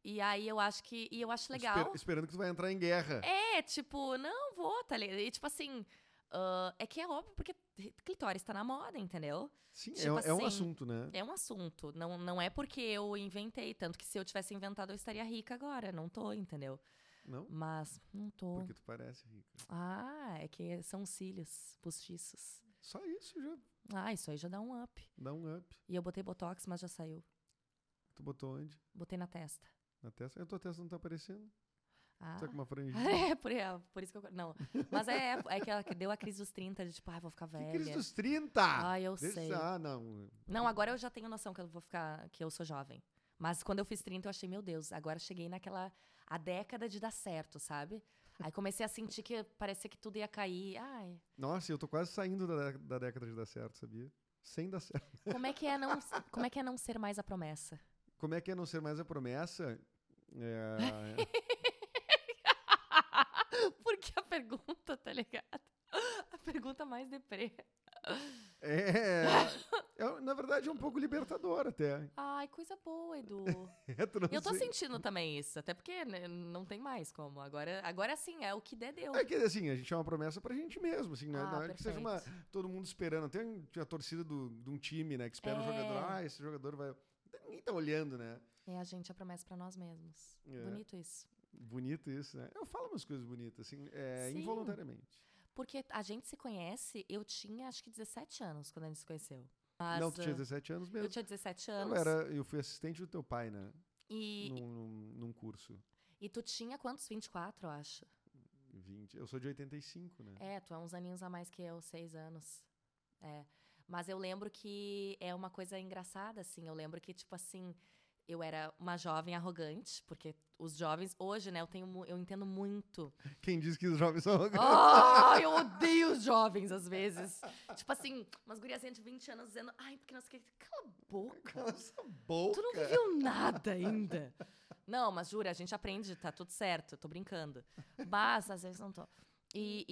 [SPEAKER 3] E aí eu acho que. E eu acho legal.
[SPEAKER 2] Esper- esperando que tu vai entrar em guerra.
[SPEAKER 3] É, tipo, não vou, tá ligado? E tipo assim. ah, é que é óbvio, porque clitóris tá na moda, entendeu?
[SPEAKER 2] Sim, é-
[SPEAKER 3] Tipo
[SPEAKER 2] é, um
[SPEAKER 3] assim,
[SPEAKER 2] assunto, né?
[SPEAKER 3] É um assunto. Não, não é porque eu inventei. Tanto que se eu tivesse inventado, eu estaria rica agora. Não tô, entendeu?
[SPEAKER 2] Não?
[SPEAKER 3] Mas não tô.
[SPEAKER 2] Porque tu parece rica.
[SPEAKER 3] Ah, é que são cílios postiços.
[SPEAKER 2] Só isso já
[SPEAKER 3] Ah, isso aí já dá um up.
[SPEAKER 2] dá um up.
[SPEAKER 3] E eu botei botox, mas já saiu.
[SPEAKER 2] Tu botou onde?
[SPEAKER 3] Botei na testa.
[SPEAKER 2] Na testa? A tua testa não tá aparecendo.
[SPEAKER 3] Ah.
[SPEAKER 2] Tu tá com uma franjinha.
[SPEAKER 3] *laughs* É, por, é, por isso que eu. Não. Mas é, é que ela que deu a crise dos 30, de tipo, ah, vou ficar
[SPEAKER 2] Que
[SPEAKER 3] velha.
[SPEAKER 2] crise dos 30!
[SPEAKER 3] Ah, eu
[SPEAKER 2] Deixa-
[SPEAKER 3] sei.
[SPEAKER 2] Ah, não.
[SPEAKER 3] Não, agora eu já tenho noção que eu vou ficar, que eu sou jovem. Mas quando eu fiz 30, eu achei, meu Deus, agora cheguei naquela a década de dar certo, sabe? Aí comecei a sentir que parecia que tudo ia cair. Ai,
[SPEAKER 2] Nossa, eu tô quase saindo da, dé- da década de dar certo, sabia? Sem dar certo.
[SPEAKER 3] como é que é não, como é que é não ser mais a promessa? *laughs*
[SPEAKER 2] Como é que é não ser mais a promessa? É, *laughs*
[SPEAKER 3] Porque a pergunta, tá ligado? A pergunta mais deprê.
[SPEAKER 2] é, é, na verdade, é um pouco libertador até. *laughs* É
[SPEAKER 3] Ai, coisa boa, Edu.
[SPEAKER 2] Tu não
[SPEAKER 3] Eu tô
[SPEAKER 2] sei-
[SPEAKER 3] sentindo também isso, até porque né, não tem mais como. Agora, agora sim, é o que der deu.
[SPEAKER 2] É que assim, a gente é uma promessa pra gente mesmo, assim, né?
[SPEAKER 3] Ah,
[SPEAKER 2] não é que seja uma. Todo mundo esperando. Tem um, a torcida do, de um time, né? Que espera um
[SPEAKER 3] É.
[SPEAKER 2] jogador. Ah, esse jogador vai. Ninguém tá olhando, né?
[SPEAKER 3] É a gente a promessa pra nós mesmos.
[SPEAKER 2] É.
[SPEAKER 3] Bonito isso.
[SPEAKER 2] Bonito isso, né? Eu falo umas coisas bonitas, assim, é,
[SPEAKER 3] Sim.
[SPEAKER 2] involuntariamente.
[SPEAKER 3] Porque a gente se conhece, eu tinha acho que 17 anos quando a gente se conheceu. Mas,
[SPEAKER 2] não, tu tinha
[SPEAKER 3] ah,
[SPEAKER 2] 17 anos
[SPEAKER 3] eu
[SPEAKER 2] mesmo.
[SPEAKER 3] tinha 17
[SPEAKER 2] Eu,
[SPEAKER 3] anos.
[SPEAKER 2] era, eu fui assistente do teu pai, né?
[SPEAKER 3] E,
[SPEAKER 2] Num, num, num curso.
[SPEAKER 3] e tu tinha quantos? 24, eu acho.
[SPEAKER 2] 20. Eu sou de 85, né?
[SPEAKER 3] É, tu é uns aninhos a mais que eu, 6 anos. É. Mas eu lembro que é uma coisa engraçada, assim. Eu lembro que, tipo assim, eu era uma jovem arrogante, porque os jovens, hoje, né, eu tenho mu- eu entendo
[SPEAKER 2] *laughs*
[SPEAKER 3] muito
[SPEAKER 2] Quem diz que os jovens são arrogantes?
[SPEAKER 3] Ai, eu odeio os jovens às vezes. tipo assim, umas guriazinhas de 20 anos dizendo, ai, porque não sei o que. Cala a boca.
[SPEAKER 2] Cala essa boca.
[SPEAKER 3] Tu não
[SPEAKER 2] *laughs*
[SPEAKER 3] viveu nada ainda. Não, mas jura, a gente aprende, tá tudo certo, eu tô brincando. Mas às vezes não tô. E,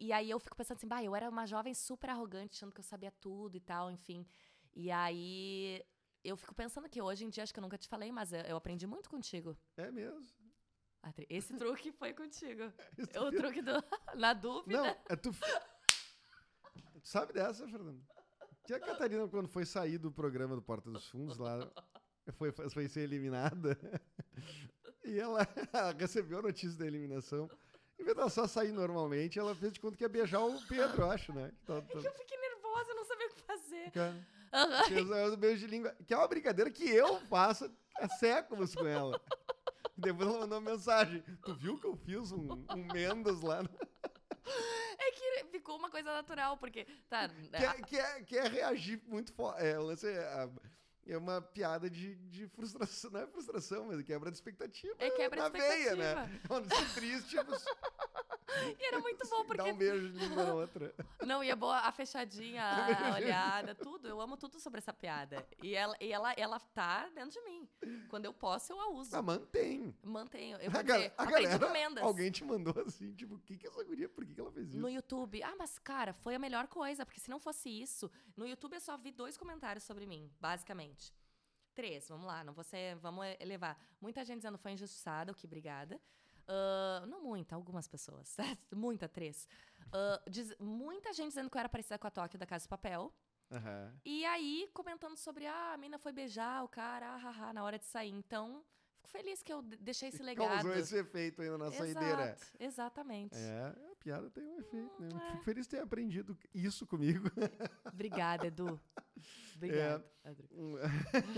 [SPEAKER 3] e, e aí eu fico pensando assim, bah, eu era uma jovem super arrogante, achando que eu sabia tudo e tal, enfim. E aí eu fico pensando que hoje em dia, acho que eu nunca te falei, mas eu, eu aprendi muito contigo.
[SPEAKER 2] É mesmo.
[SPEAKER 3] Adri. Esse truque foi contigo.
[SPEAKER 2] Isso
[SPEAKER 3] O
[SPEAKER 2] mesmo.
[SPEAKER 3] truque do. *laughs* Na dúvida.
[SPEAKER 2] Não, é tu. Tu sabe dessa, Fernando? Que a Catarina, quando foi sair do programa do Porta dos Fundos, lá foi, foi ser eliminada. E ela recebeu a notícia da eliminação. Em vez dela só sair normalmente, ela fez de conta que ia beijar o Pedro, eu acho, né? Tá- tá-
[SPEAKER 3] Eu fiquei nervosa, eu não sabia o que fazer.
[SPEAKER 2] fica-
[SPEAKER 3] Aham.
[SPEAKER 2] fez um beijo de língua. Que é uma brincadeira que eu faço há séculos com ela. Depois ela mandou uma mensagem. Tu viu que eu fiz um, um Mendes lá? no-
[SPEAKER 3] É que ficou uma coisa natural, porque. Tá.
[SPEAKER 2] Que é, que é- que é reagir muito forte. É, o lance é, a- é uma piada de, de frustração. Não é frustração, mas é quebra de expectativa.
[SPEAKER 3] É quebra
[SPEAKER 2] na
[SPEAKER 3] de
[SPEAKER 2] veia,
[SPEAKER 3] expectativa. *laughs*
[SPEAKER 2] né? É um lance triste. mas
[SPEAKER 3] E era muito bom, porque.
[SPEAKER 2] Dá um beijo de língua na outra.
[SPEAKER 3] Não, e é boa a fechadinha,
[SPEAKER 2] *laughs*
[SPEAKER 3] a olhada, tudo. Eu amo tudo sobre essa piada. E ela, e ela, ela tá dentro de mim. Quando eu posso, eu a uso.
[SPEAKER 2] Ah, mantém.
[SPEAKER 3] Mantenho. Eu
[SPEAKER 2] A,
[SPEAKER 3] vou
[SPEAKER 2] gal-
[SPEAKER 3] dizer,
[SPEAKER 2] a
[SPEAKER 3] aprendi
[SPEAKER 2] galera,
[SPEAKER 3] com Mendes.
[SPEAKER 2] alguém te mandou assim, tipo, o que que essa guria, por que que ela fez isso?
[SPEAKER 3] No YouTube. Ah, mas cara, foi a melhor coisa, porque se não fosse isso, no YouTube eu só vi dois comentários sobre mim, basicamente. Três, vamos lá, não você, vamos elevar. Muita gente dizendo foi injustiçada, o que obrigada. Ah, não muita, algumas pessoas. *laughs* muita, três. Ah, diz- muita gente dizendo que eu era parecida com a Tóquio da Casa de Papel.
[SPEAKER 2] Aham.
[SPEAKER 3] E aí, comentando sobre, ah, a mina foi beijar o cara, ah, ah, ah, na hora de sair. Então, fico feliz que eu de- deixei esse legado.
[SPEAKER 2] *laughs* Causou esse efeito ainda na saideira.
[SPEAKER 3] Exato, exatamente.
[SPEAKER 2] É, a piada tem um efeito, né?
[SPEAKER 3] Hum, é.
[SPEAKER 2] Fico feliz de ter aprendido isso comigo. *laughs*
[SPEAKER 3] Obrigada, Edu.
[SPEAKER 2] É.
[SPEAKER 3] Obrigada. Adri. *laughs*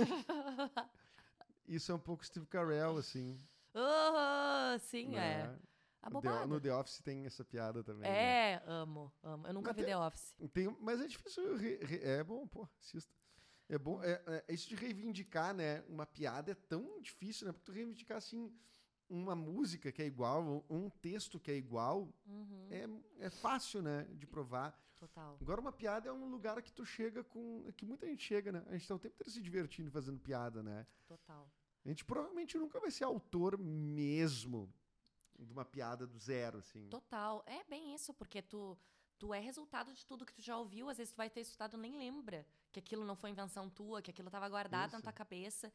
[SPEAKER 2] isso é um pouco Steve Carell, assim.
[SPEAKER 3] Ah, sim, é.
[SPEAKER 2] né?
[SPEAKER 3] A
[SPEAKER 2] No The-
[SPEAKER 3] bobada.
[SPEAKER 2] no The Office tem essa piada também. né?
[SPEAKER 3] É, amo, amo. Eu nunca
[SPEAKER 2] Mas
[SPEAKER 3] vi The Office.
[SPEAKER 2] Tem, mas é difícil. re- re- é bom, pô, assista. É bom. É, é- é isso de reivindicar, né? Uma piada é tão difícil, né? Porque tu reivindicar, assim, uma música que é igual, um um texto que é igual,
[SPEAKER 3] Uhum,
[SPEAKER 2] é, é fácil, né? De provar.
[SPEAKER 3] Total.
[SPEAKER 2] Agora, uma piada é um lugar que tu chega com. que muita gente chega, né? A gente tá o tempo inteiro se divertindo fazendo piada, né?
[SPEAKER 3] Total.
[SPEAKER 2] A gente provavelmente nunca vai ser autor mesmo de uma piada do zero, assim.
[SPEAKER 3] Total. É bem isso, porque tu, tu é resultado de tudo que tu já ouviu. Às vezes tu vai ter estudado nem lembra que aquilo não foi invenção tua, que aquilo tava guardado na
[SPEAKER 2] Isso.
[SPEAKER 3] tua cabeça.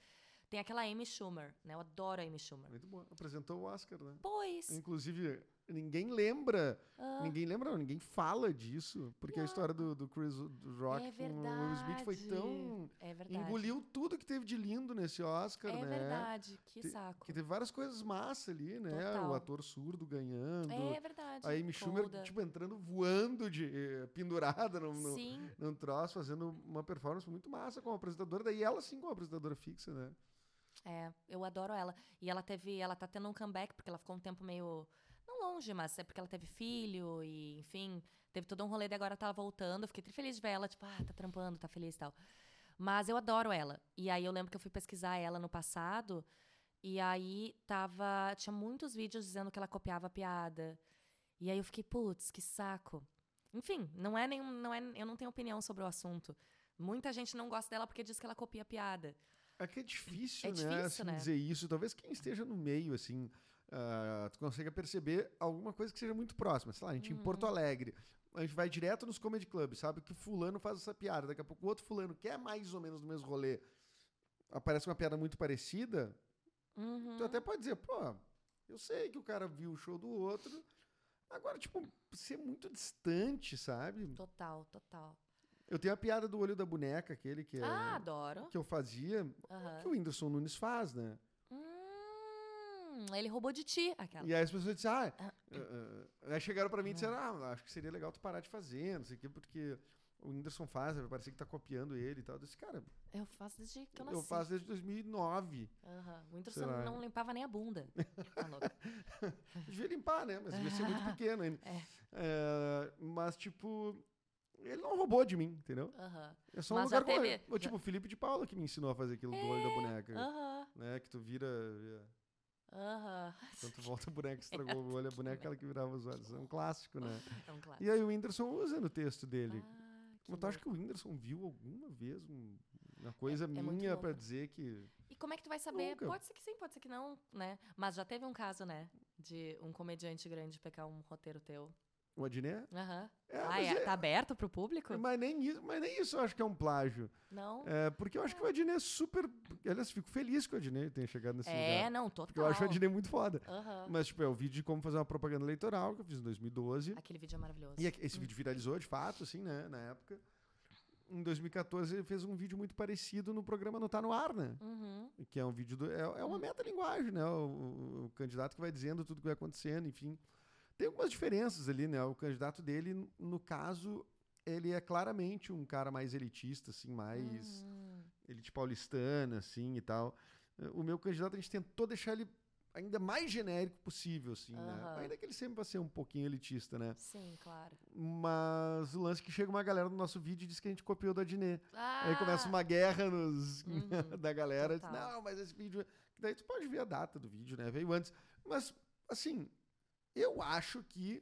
[SPEAKER 3] Tem aquela Amy Schumer, né? Eu adoro a Amy Schumer.
[SPEAKER 2] Muito bom. Apresentou o Oscar, né?
[SPEAKER 3] Pois.
[SPEAKER 2] Inclusive, ninguém lembra.
[SPEAKER 3] ah,
[SPEAKER 2] Ninguém lembra, não, ninguém fala disso. Porque a história do, do Chris do Rock
[SPEAKER 3] É
[SPEAKER 2] com o Will Smith foi
[SPEAKER 3] verdade.
[SPEAKER 2] tão.
[SPEAKER 3] é verdade.
[SPEAKER 2] Engoliu tudo que teve de lindo nesse Oscar,
[SPEAKER 3] é
[SPEAKER 2] né?
[SPEAKER 3] verdade. Que
[SPEAKER 2] Te- Que
[SPEAKER 3] saco.
[SPEAKER 2] tá teve várias coisas massa ali, né?
[SPEAKER 3] Total.
[SPEAKER 2] O ator surdo ganhando.
[SPEAKER 3] É verdade.
[SPEAKER 2] A Amy Schumer,
[SPEAKER 3] Golda.
[SPEAKER 2] tipo, entrando voando de eh, pendurada num, num,
[SPEAKER 3] Sim,
[SPEAKER 2] num troço, fazendo uma performance muito massa como apresentadora. Daí ela sim como apresentadora fixa, né?
[SPEAKER 3] é, eu adoro ela. E ela teve, ela tá tendo um comeback porque ela ficou um tempo meio não longe, mas é porque ela teve filho e, enfim, teve todo um rolê e agora tá voltando. Eu Fiquei tri feliz de ver ela, tipo, ah, tá trampando, tá feliz e tal. Mas eu adoro ela. E aí eu lembro que eu fui pesquisar ela no passado e aí tava, tinha muitos vídeos dizendo que ela copiava a piada. E aí eu fiquei, putz, que saco. Enfim, não é nenhum, não é, eu não tenho opinião sobre o assunto. Muita gente não gosta dela porque diz que ela copia a piada.
[SPEAKER 2] É que é difícil, né,
[SPEAKER 3] É difícil,
[SPEAKER 2] assim,
[SPEAKER 3] né?
[SPEAKER 2] dizer isso. Talvez quem esteja no meio, assim, ah, tu consiga perceber alguma coisa que seja muito próxima. Sei lá, a gente em
[SPEAKER 3] Uhum.
[SPEAKER 2] Porto Alegre, a gente vai direto nos comedy clubs, sabe? Que fulano faz essa piada. Daqui a pouco o outro fulano, que é mais ou menos do mesmo rolê, aparece uma piada muito parecida,
[SPEAKER 3] Uhum.
[SPEAKER 2] Tu Então, até pode dizer, pô, eu sei que o cara viu o show do outro. Agora, tipo, ser muito distante, sabe?
[SPEAKER 3] Total, total.
[SPEAKER 2] Eu tenho a piada do olho da boneca, aquele que, é-
[SPEAKER 3] Ah, adoro.
[SPEAKER 2] que eu fazia,
[SPEAKER 3] Aham.
[SPEAKER 2] que o Whindersson Nunes faz, né?
[SPEAKER 3] Hum, ele roubou de ti, aquela.
[SPEAKER 2] E aí as pessoas disseram, ah, ah, ah, aí chegaram pra mim e disseram,
[SPEAKER 3] Hum.
[SPEAKER 2] ah, acho que seria legal tu parar de fazer, não sei o quê, porque o Whindersson faz, vai parecer que tá copiando ele e tal. Eu disse, cara,
[SPEAKER 3] Eu faço desde que eu
[SPEAKER 2] eu,
[SPEAKER 3] nasci.
[SPEAKER 2] faço desde
[SPEAKER 3] *laughs*
[SPEAKER 2] 2009.
[SPEAKER 3] Aham. O Whindersson
[SPEAKER 2] Sei lá.
[SPEAKER 3] não limpava nem
[SPEAKER 2] *laughs*
[SPEAKER 3] a bunda. Tá louco.
[SPEAKER 2] Devia limpar, né? Mas devia ser
[SPEAKER 3] *laughs*
[SPEAKER 2] muito pequeno ainda.
[SPEAKER 3] É.
[SPEAKER 2] Eh, mas, tipo, ele não roubou de mim, entendeu?
[SPEAKER 3] Aham.
[SPEAKER 2] É só um
[SPEAKER 3] Mas
[SPEAKER 2] lugar
[SPEAKER 3] já É, teve-
[SPEAKER 2] correto. Tipo, o Felipe de Paula que me ensinou a fazer aquilo do olho da boneca.
[SPEAKER 3] Aham.
[SPEAKER 2] Né? Que tu vira. vira.
[SPEAKER 3] Aham.
[SPEAKER 2] Quando tu volta a boneca, estragou o olho, a boneca é ela que virava os olhos. É um clássico, né?
[SPEAKER 3] É um clássico.
[SPEAKER 2] E aí o Whindersson usa no texto dele.
[SPEAKER 3] Ah, que
[SPEAKER 2] Mas tu acha
[SPEAKER 3] louco.
[SPEAKER 2] que o Whindersson viu alguma vez um- uma coisa
[SPEAKER 3] É, muito
[SPEAKER 2] minha pra
[SPEAKER 3] louco.
[SPEAKER 2] dizer que.
[SPEAKER 3] E como é que tu vai saber?
[SPEAKER 2] Nunca.
[SPEAKER 3] Pode ser que sim, pode ser que não, né? Mas já teve um caso, né? De um comediante grande pegar um roteiro teu.
[SPEAKER 2] O Adiné?
[SPEAKER 3] Aham.
[SPEAKER 2] É,
[SPEAKER 3] ah,
[SPEAKER 2] mas,
[SPEAKER 3] é,
[SPEAKER 2] é-
[SPEAKER 3] tá aberto pro público?
[SPEAKER 2] mas nem isso, mas nem isso eu acho que é um plágio.
[SPEAKER 3] Não.
[SPEAKER 2] É, porque eu acho que o Adnet é super. Aliás, fico feliz que o Adnet tenha chegado nesse
[SPEAKER 3] É,
[SPEAKER 2] lugar.
[SPEAKER 3] não,
[SPEAKER 2] assim, Porque
[SPEAKER 3] total.
[SPEAKER 2] eu acho o Adnet muito foda.
[SPEAKER 3] Aham.
[SPEAKER 2] Mas, tipo, é o vídeo de como fazer uma propaganda eleitoral que eu fiz em 2012.
[SPEAKER 3] Aquele vídeo é maravilhoso.
[SPEAKER 2] E aque- esse vídeo viralizou, de fato, assim, né? Na época. Em 2014, ele fez um vídeo muito parecido no programa Não Tá No Ar, né?
[SPEAKER 3] Uhum.
[SPEAKER 2] Que é um vídeo do. É, é uma metalinguagem, né? O, o- o candidato que vai dizendo tudo que vai acontecendo, enfim. Tem algumas diferenças ali, né? O candidato dele, no caso, ele é claramente um cara mais elitista, assim, mais
[SPEAKER 3] Uhum.
[SPEAKER 2] elite paulistana, assim e tal. Eh, O meu candidato, a gente tentou deixar ele ainda mais genérico possível, assim, né?
[SPEAKER 3] Aham.
[SPEAKER 2] Ainda que ele sempre vai ser um pouquinho elitista, né?
[SPEAKER 3] Sim, claro.
[SPEAKER 2] Mas o lance é que chega uma galera no nosso vídeo e diz que a gente copiou da Diné.
[SPEAKER 3] Ah,
[SPEAKER 2] Aí começa uma guerra nos-
[SPEAKER 3] Uhum,
[SPEAKER 2] da galera. Diz,
[SPEAKER 3] total.
[SPEAKER 2] não, mas esse vídeo. é-" Daí tu pode ver a data do vídeo, né? Veio antes. Mas, assim, Eu acho que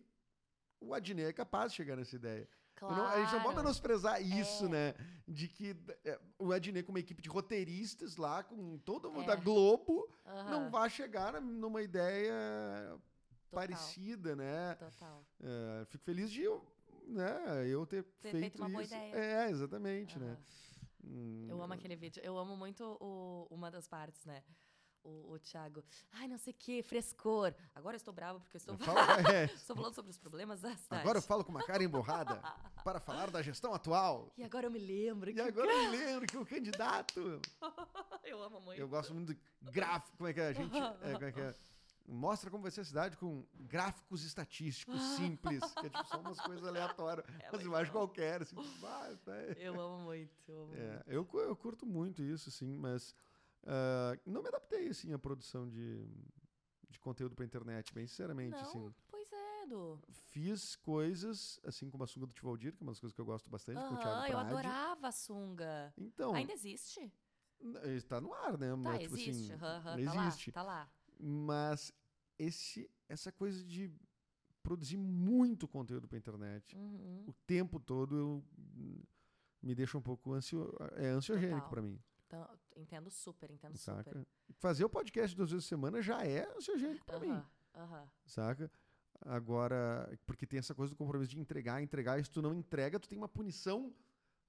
[SPEAKER 2] o Adnet é capaz de chegar nessa ideia. *laughs* Eu
[SPEAKER 3] Claro. É.
[SPEAKER 2] não- a gente não pode menosprezar isso, né? De que é, o Adnet, com uma equipe de roteiristas lá, com todo mundo
[SPEAKER 3] É.
[SPEAKER 2] da Globo,
[SPEAKER 3] Aham,
[SPEAKER 2] não vai chegar numa ideia
[SPEAKER 3] total,
[SPEAKER 2] parecida, né?
[SPEAKER 3] Total.
[SPEAKER 2] É, fico feliz de eu, né, eu ter,
[SPEAKER 3] Ter
[SPEAKER 2] feito,
[SPEAKER 3] feito uma boa
[SPEAKER 2] isso.
[SPEAKER 3] ideia.
[SPEAKER 2] É, exatamente, né? Hum,
[SPEAKER 3] Aham. Eu amo aquele vídeo. Eu amo muito o- uma das partes, né? O, o Thiago. Ai, não sei o que, frescor. Agora eu estou brava porque eu estou, *laughs*
[SPEAKER 2] Eu falo- é,
[SPEAKER 3] estou falando sobre os problemas da cidade.
[SPEAKER 2] agora eu falo com uma cara emborrada para falar da gestão atual.
[SPEAKER 3] E agora eu me lembro.
[SPEAKER 2] E
[SPEAKER 3] que-
[SPEAKER 2] agora eu me lembro que o candidato.
[SPEAKER 3] *laughs* Eu amo muito.
[SPEAKER 2] Eu gosto muito de gráfico. Como é que é? A gente. é, como é que
[SPEAKER 3] *laughs*
[SPEAKER 2] é? Mostra como vai ser a cidade com gráficos
[SPEAKER 3] *laughs*
[SPEAKER 2] estatísticos simples. Que é tipo só umas coisas aleatórias.
[SPEAKER 3] É
[SPEAKER 2] umas
[SPEAKER 3] legal.
[SPEAKER 2] imagens qualquer, assim, tipo, ah, tá aí.
[SPEAKER 3] Eu amo muito. Eu amo muito.
[SPEAKER 2] É, eu, cu- eu curto muito isso, sim, mas ah, não me adaptei, assim, à produção de, de conteúdo pra internet, bem sinceramente,
[SPEAKER 3] Não?
[SPEAKER 2] assim.
[SPEAKER 3] Pois é, Edu.
[SPEAKER 2] Fiz coisas, assim, como a sunga do Tivaldir, que é uma das coisas que eu gosto bastante, com o Thiago
[SPEAKER 3] Aham,
[SPEAKER 2] Prade.
[SPEAKER 3] eu adorava a sunga.
[SPEAKER 2] Então,
[SPEAKER 3] Ainda existe?
[SPEAKER 2] n- está no ar, né?
[SPEAKER 3] Tá,
[SPEAKER 2] mas, tipo
[SPEAKER 3] existe.
[SPEAKER 2] assim,
[SPEAKER 3] aham,
[SPEAKER 2] existe.
[SPEAKER 3] Tá lá, tá lá.
[SPEAKER 2] Mas esse, essa coisa de produzir muito conteúdo pra internet
[SPEAKER 3] Uhum,
[SPEAKER 2] o tempo todo eu hum, me deixa um pouco ansio, é ansiogênico
[SPEAKER 3] Total.
[SPEAKER 2] pra mim,
[SPEAKER 3] Então, entendo super, entendo super.
[SPEAKER 2] saca? Fazer o podcast duas vezes por semana já é ansiogênico pra mim,
[SPEAKER 3] Aham, aham.
[SPEAKER 2] saca? Agora, porque tem essa coisa do compromisso de entregar, entregar, e se tu não entrega, tu tem uma punição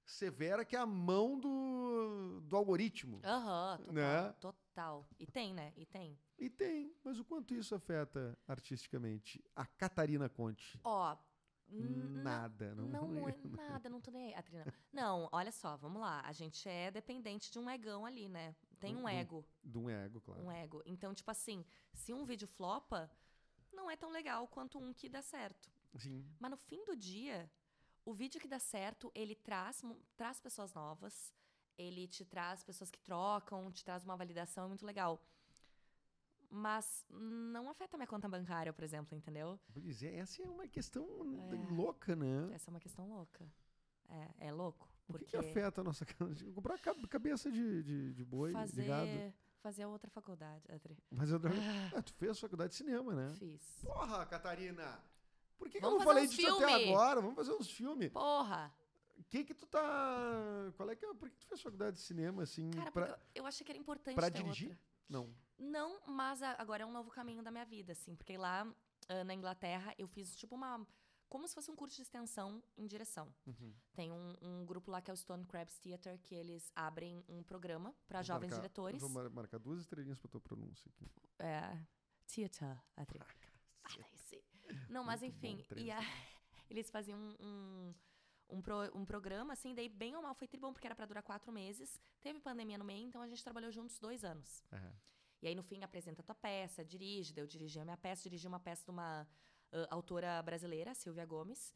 [SPEAKER 2] severa que é a mão do, do algoritmo.
[SPEAKER 3] Aham, total,
[SPEAKER 2] Né?
[SPEAKER 3] total. E tem, né? E tem.
[SPEAKER 2] E tem, mas o quanto isso afeta artisticamente a Catarina Conte?
[SPEAKER 3] Ó, n-
[SPEAKER 2] Nada, não,
[SPEAKER 3] Hum, Não,
[SPEAKER 2] não,
[SPEAKER 3] não é nada, não tô nem aí. A Trina. Não, olha só, vamos lá. A gente é dependente de um egão ali, né? Tem
[SPEAKER 2] Um- de
[SPEAKER 3] um
[SPEAKER 2] um-
[SPEAKER 3] ego,
[SPEAKER 2] De um ego, claro.
[SPEAKER 3] um ego. Então, tipo assim, se um vídeo flopa, não é tão legal quanto um que dá certo.
[SPEAKER 2] Sim.
[SPEAKER 3] Mas no fim do dia, o vídeo que dá certo, ele traz, mu- traz pessoas novas, ele te traz pessoas que trocam, te traz uma validação, é muito legal. Mas não afeta minha conta bancária, por exemplo, entendeu?
[SPEAKER 2] Pois é, essa é uma questão
[SPEAKER 3] É.
[SPEAKER 2] louca, né?
[SPEAKER 3] Essa é uma questão louca. É, é louco.
[SPEAKER 2] Por
[SPEAKER 3] Porque
[SPEAKER 2] que, que afeta a nossa *laughs* cabeça? Comprar cab- cabeça de, de, de boi, de gado.
[SPEAKER 3] fazer, fazer outra faculdade, Adri.
[SPEAKER 2] Mas eu... Ah, tu fez faculdade de cinema, né?
[SPEAKER 3] Fiz.
[SPEAKER 2] Porra, Catarina! Por que, que eu
[SPEAKER 3] Vamos
[SPEAKER 2] não
[SPEAKER 3] fazer
[SPEAKER 2] falei
[SPEAKER 3] uns
[SPEAKER 2] disso até
[SPEAKER 3] filme!
[SPEAKER 2] agora? Vamos fazer uns filmes.
[SPEAKER 3] Porra!
[SPEAKER 2] Que que tu tá... Qual é que é... Por que tu fez faculdade de cinema, assim,
[SPEAKER 3] Cara,
[SPEAKER 2] pra...
[SPEAKER 3] porque eu, eu achei que era importante
[SPEAKER 2] pra
[SPEAKER 3] ter
[SPEAKER 2] dirigir?
[SPEAKER 3] outra.
[SPEAKER 2] Não.
[SPEAKER 3] Não, mas a- agora é um novo caminho da minha vida, assim. Porque lá ah, na Inglaterra eu fiz tipo uma... Como se fosse um curso de extensão em direção. Tem um, um grupo lá que é o Stone Crabs Theatre, que eles abrem um programa para
[SPEAKER 2] Vou
[SPEAKER 3] jovens
[SPEAKER 2] marcar-
[SPEAKER 3] diretores.
[SPEAKER 2] Vou mar- marcar duas estrelinhas pra tua pronúncia aqui.
[SPEAKER 3] É, theatre, Adri. Ah, esse. Não, mas
[SPEAKER 2] Muito bom,
[SPEAKER 3] enfim.
[SPEAKER 2] três
[SPEAKER 3] E a- *laughs* eles faziam um, um, um, pro- um programa, assim, daí bem ou mal foi tribom, porque era pra durar quatro meses. Teve pandemia no meio, então a gente trabalhou juntos dois anos.
[SPEAKER 2] Aham.
[SPEAKER 3] E aí, no fim, apresenta a tua peça, dirige. Daí eu dirigi a minha peça, dirigi uma peça de uma ãh, autora brasileira, Silvia Gomes.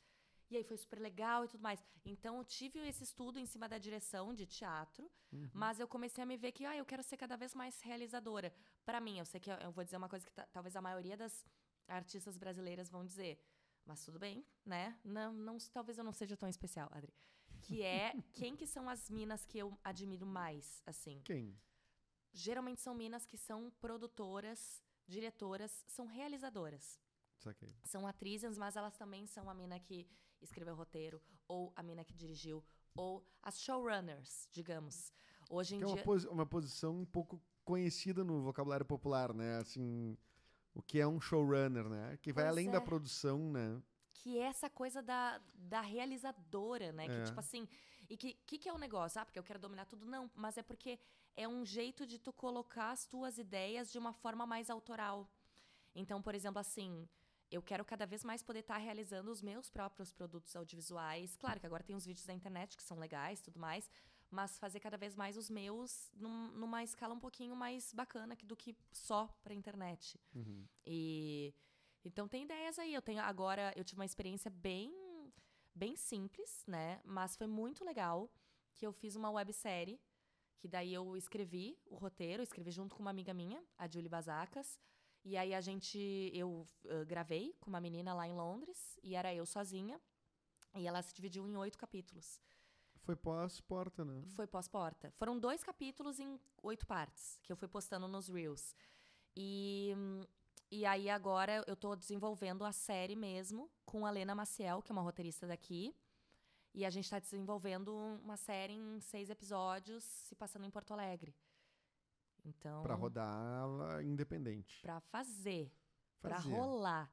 [SPEAKER 3] E aí foi super legal e tudo mais. Então eu tive esse estudo em cima da direção de teatro,
[SPEAKER 2] Uhum.
[SPEAKER 3] mas eu comecei a me ver que ah, eu quero ser cada vez mais realizadora. Pra mim, eu sei que eu, eu vou dizer uma coisa que ta- talvez a maioria das artistas brasileiras vão dizer. Mas tudo bem, né? Não, não, talvez eu não seja tão especial, Adri. Que é quem que são as minas que eu admiro mais, assim
[SPEAKER 2] Quem?
[SPEAKER 3] geralmente são minas que são produtoras, diretoras, são realizadoras.
[SPEAKER 2] Saquei.
[SPEAKER 3] São atrizes, mas elas também são a mina que escreveu o roteiro, ou a mina que dirigiu, ou as showrunners, digamos. Hoje em
[SPEAKER 2] Que é uma,
[SPEAKER 3] dia.
[SPEAKER 2] posi- uma posição um pouco conhecida no vocabulário popular, né? Assim, o que é um showrunner, né? Que vai
[SPEAKER 3] Pois
[SPEAKER 2] além da
[SPEAKER 3] é.
[SPEAKER 2] produção, né?
[SPEAKER 3] Que é essa coisa da, da realizadora, né?
[SPEAKER 2] É.
[SPEAKER 3] Que, tipo assim. E que, que que é o negócio? Ah, porque eu quero dominar tudo? Não, mas é porque é um jeito de tu colocar as tuas ideias de uma forma mais autoral. Então, por exemplo, assim, eu quero cada vez mais poder estar realizando os meus próprios produtos audiovisuais. Claro que agora tem os vídeos da internet que são legais e tudo mais, mas fazer cada vez mais os meus num- numa escala um pouquinho mais bacana que- do que só pra internet.
[SPEAKER 2] Uhum.
[SPEAKER 3] E então tem ideias aí. Eu tenho agora, eu tive uma experiência bem bem simples, né? Mas foi muito legal que eu fiz uma websérie que daí eu escrevi o roteiro, escrevi junto com uma amiga minha, a Julie Bazacas. E aí a gente, eu eh, gravei com uma menina lá em Londres, e era eu sozinha. E ela se dividiu em oito capítulos.
[SPEAKER 2] Foi pós-porta, né?
[SPEAKER 3] Foi pós-porta. Foram dois capítulos em oito partes, que eu fui postando nos Reels. E hum, E aí agora eu tô desenvolvendo a série mesmo com a Lena Maciel, que é uma roteirista daqui. E a gente tá desenvolvendo uma série em seis episódios, se passando em Porto Alegre. Então,
[SPEAKER 2] Pra rodar independente.
[SPEAKER 3] pra fazer, pra
[SPEAKER 2] Fazer.
[SPEAKER 3] rolar.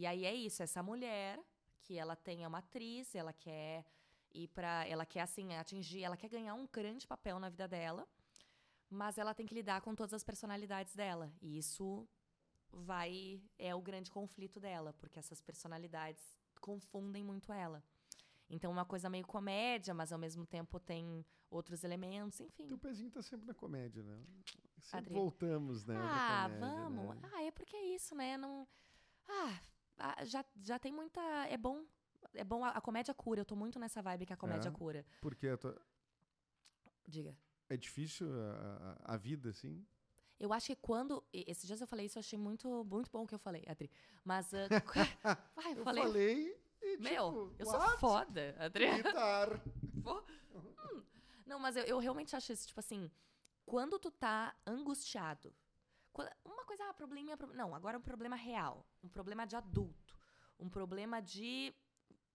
[SPEAKER 3] E aí é isso, essa mulher que ela tem é uma atriz, ela quer ir para, ela quer assim atingir, ela quer ganhar um grande papel na vida dela, mas ela tem que lidar com todas as personalidades dela. E isso vai é o grande conflito dela, porque essas personalidades confundem muito ela. Então uma coisa meio comédia, mas ao mesmo tempo tem outros elementos, enfim.
[SPEAKER 2] Teu pezinho tá sempre na comédia, né? Sempre
[SPEAKER 3] Adri.
[SPEAKER 2] voltamos, né? pra
[SPEAKER 3] Ah,
[SPEAKER 2] comédia,
[SPEAKER 3] vamos.
[SPEAKER 2] né?
[SPEAKER 3] Ah, é porque é isso, né? Não. Ah, ah, já, já tem muita. É bom. É bom. A, a comédia cura. Eu tô muito nessa vibe que a comédia
[SPEAKER 2] É?
[SPEAKER 3] cura.
[SPEAKER 2] Porque a tua-
[SPEAKER 3] Diga.
[SPEAKER 2] é difícil a, a- a vida, assim?
[SPEAKER 3] Eu acho que quando. e- Esses dias eu falei isso, eu achei muito, muito bom o que eu falei, Adri. Mas.
[SPEAKER 2] *laughs*
[SPEAKER 3] ah, *laughs* ai, eu
[SPEAKER 2] Eu
[SPEAKER 3] falei.
[SPEAKER 2] falei e,
[SPEAKER 3] Meu,
[SPEAKER 2] tipo,
[SPEAKER 3] eu
[SPEAKER 2] what?
[SPEAKER 3] sou foda, Adri.
[SPEAKER 2] *laughs* Guitar.
[SPEAKER 3] Vou- Hum. Não, mas eu, eu realmente acho isso, tipo assim, quando tu tá angustiado, quan- uma coisa, ah, probleminha, pro- não, agora é um problema real, um problema de adulto, um problema de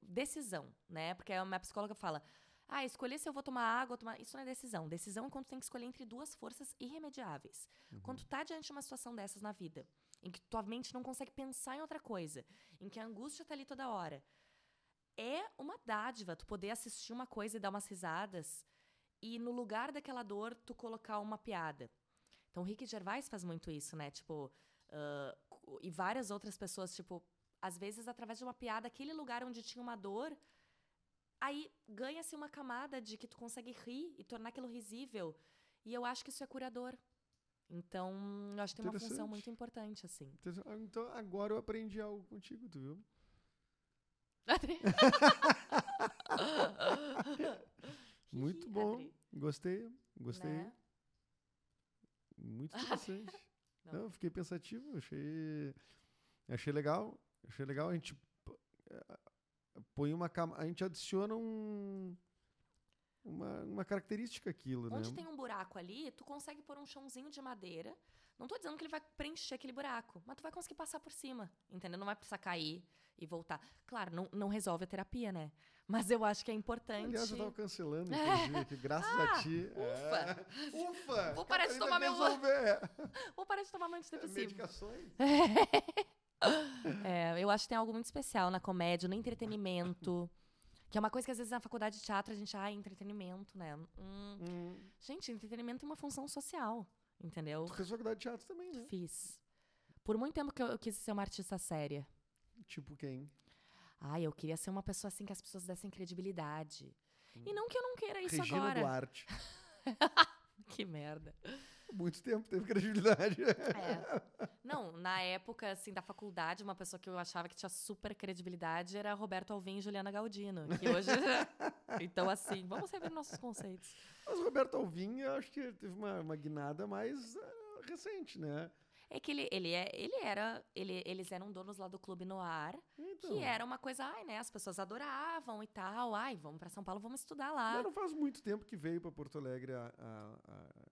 [SPEAKER 3] decisão, né? Porque a minha psicóloga fala, ah, escolher se eu vou tomar água, ou tomar... isso não é decisão. Decisão é quando tu tem que escolher entre duas forças irremediáveis. Quando tu tá diante de uma situação dessas na vida, em que tua mente não consegue pensar em outra coisa, em que a angústia tá ali toda hora, é uma dádiva tu poder assistir uma coisa e dar umas risadas e no lugar daquela dor tu colocar uma piada. Então o Rick Gervais faz muito isso, né? Tipo, ah, cu- e várias outras pessoas, tipo, às vezes através de uma piada, aquele lugar onde tinha uma dor, aí ganha-se uma camada de que tu consegue rir e tornar aquilo risível. E eu acho que isso é curador. Então, eu acho que tem uma função
[SPEAKER 2] Interessante.
[SPEAKER 3] muito importante, assim.
[SPEAKER 2] Então, ah, Então agora eu aprendi algo contigo, tu viu?
[SPEAKER 3] Adri. *laughs*
[SPEAKER 2] Muito
[SPEAKER 3] Ih,
[SPEAKER 2] bom.
[SPEAKER 3] Adri,
[SPEAKER 2] Gostei, gostei.
[SPEAKER 3] né? *laughs*
[SPEAKER 2] Muito interessante.
[SPEAKER 3] Não.
[SPEAKER 2] Não, eu fiquei pensativo, achei achei legal, achei legal a gente p- eh, põe uma cama, a gente adiciona um uma, uma característica aquilo,
[SPEAKER 3] Onde
[SPEAKER 2] né?
[SPEAKER 3] tem um buraco ali, tu consegue pôr um chãozinho de madeira. Não tô dizendo que ele vai preencher aquele buraco, mas tu vai conseguir passar por cima, entendeu? Não vai precisar cair e voltar. Claro, não, não resolve a terapia, né? Mas eu acho que é importante.
[SPEAKER 2] Aliás, eu tava cancelando, inclusive, aqui, graças a
[SPEAKER 3] Ah,
[SPEAKER 2] ti.
[SPEAKER 3] ufa.
[SPEAKER 2] É. Ufa!
[SPEAKER 3] Vou parar de
[SPEAKER 2] Catarina
[SPEAKER 3] tomar meu- é
[SPEAKER 2] resolver
[SPEAKER 3] Ou para de tomar muito antidepressivo.
[SPEAKER 2] É medicações.
[SPEAKER 3] É, eu acho que tem algo muito especial na comédia, no entretenimento. Que é uma coisa que às vezes na faculdade de teatro a gente, ah, entretenimento, né? Hum.
[SPEAKER 2] Hum,
[SPEAKER 3] Gente, entretenimento tem uma função social, entendeu?
[SPEAKER 2] tu fez faculdade de teatro também, né?
[SPEAKER 3] Fiz. Por muito tempo que eu- eu quis ser uma artista séria.
[SPEAKER 2] Tipo quem?
[SPEAKER 3] Ai, eu queria ser uma pessoa assim que as pessoas dessem credibilidade. E não que eu não queira É isso
[SPEAKER 2] Regina
[SPEAKER 3] agora.
[SPEAKER 2] Duarte. *laughs*
[SPEAKER 3] Que merda.
[SPEAKER 2] Muito tempo teve credibilidade. *laughs*
[SPEAKER 3] É. *laughs* Não, na época, assim, da faculdade, uma pessoa que eu achava que tinha super credibilidade era Roberto Alvim e Juliana Galdino. Que hoje. *laughs* então, assim, vamos rever nossos conceitos.
[SPEAKER 2] Mas o Roberto Alvim, eu acho que ele teve uma, uma guinada mais ah, recente, né?
[SPEAKER 3] É que ele, ele, é, ele era. Ele, eles eram donos lá do Clube Noir,
[SPEAKER 2] Então,
[SPEAKER 3] que era uma coisa, ai, né? As pessoas adoravam e tal. Ai, vamos pra São Paulo, vamos estudar lá.
[SPEAKER 2] mas não faz muito tempo que veio para Porto Alegre a, a, a-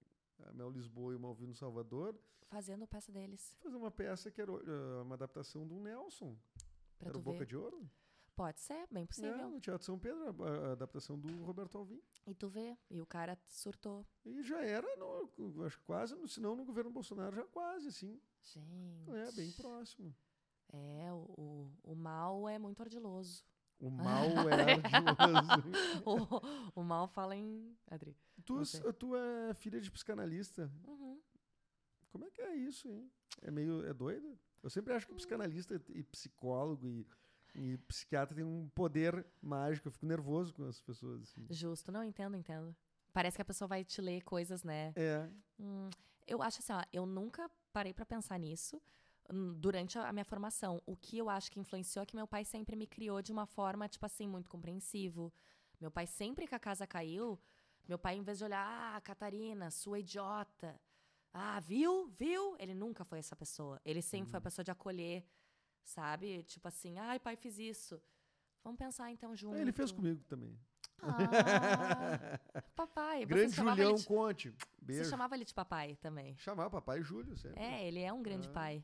[SPEAKER 2] a Mel Lisboa e o Malvino Salvador
[SPEAKER 3] Fazendo a peça deles.
[SPEAKER 2] fazer uma peça que era ah, uma adaptação do Nelson.
[SPEAKER 3] Pra
[SPEAKER 2] era
[SPEAKER 3] tu
[SPEAKER 2] o Boca
[SPEAKER 3] ver.
[SPEAKER 2] de Ouro?
[SPEAKER 3] Pode ser, bem
[SPEAKER 2] É,
[SPEAKER 3] possível.
[SPEAKER 2] no Teatro São Pedro, a, a adaptação do Roberto Alvim.
[SPEAKER 3] E tu vê. E o cara surtou.
[SPEAKER 2] E já era, no, eu acho que quase, no- se não no governo Bolsonaro, já quase, assim.
[SPEAKER 3] Gente.
[SPEAKER 2] É, bem próximo.
[SPEAKER 3] É, o, o, o mal é muito ardiloso.
[SPEAKER 2] O mal *laughs* é ardiloso.
[SPEAKER 3] *laughs* o, o mal fala em. Adri.
[SPEAKER 2] tu,
[SPEAKER 3] Você.
[SPEAKER 2] tu é filha de psicanalista.
[SPEAKER 3] Uhum.
[SPEAKER 2] Como é que é isso, hein? É meio. É doido? Eu sempre acho que psicanalista e psicólogo e, e psiquiatra tem um poder mágico. Eu fico nervoso com as pessoas. assim.
[SPEAKER 3] Justo. Não, entendo, entendo. Parece que a pessoa vai te ler coisas, né?
[SPEAKER 2] É.
[SPEAKER 3] Hum, eu acho assim, ó, eu nunca parei pra pensar nisso hum, durante a a minha formação. O que eu acho que influenciou é que meu pai sempre me criou de uma forma, tipo assim, muito compreensivo. Meu pai, sempre que a casa caiu, meu pai, em vez de olhar, ah, Catarina, sua idiota. Ah, viu? Viu? Ele nunca foi essa pessoa. Ele sempre
[SPEAKER 2] Uhum.
[SPEAKER 3] foi a pessoa de acolher, sabe? Tipo assim, ai, pai, fiz isso. Vamos pensar então junto.
[SPEAKER 2] Ah, Ele fez comigo também. *laughs*
[SPEAKER 3] Ah, papai,
[SPEAKER 2] Grande
[SPEAKER 3] você chamava
[SPEAKER 2] Julião
[SPEAKER 3] ele de...
[SPEAKER 2] Conte.
[SPEAKER 3] Você
[SPEAKER 2] Beijo.
[SPEAKER 3] chamava ele de papai também.
[SPEAKER 2] Chamava papai Júlio, sempre.
[SPEAKER 3] É, ele é um grande
[SPEAKER 2] Ah.
[SPEAKER 3] pai.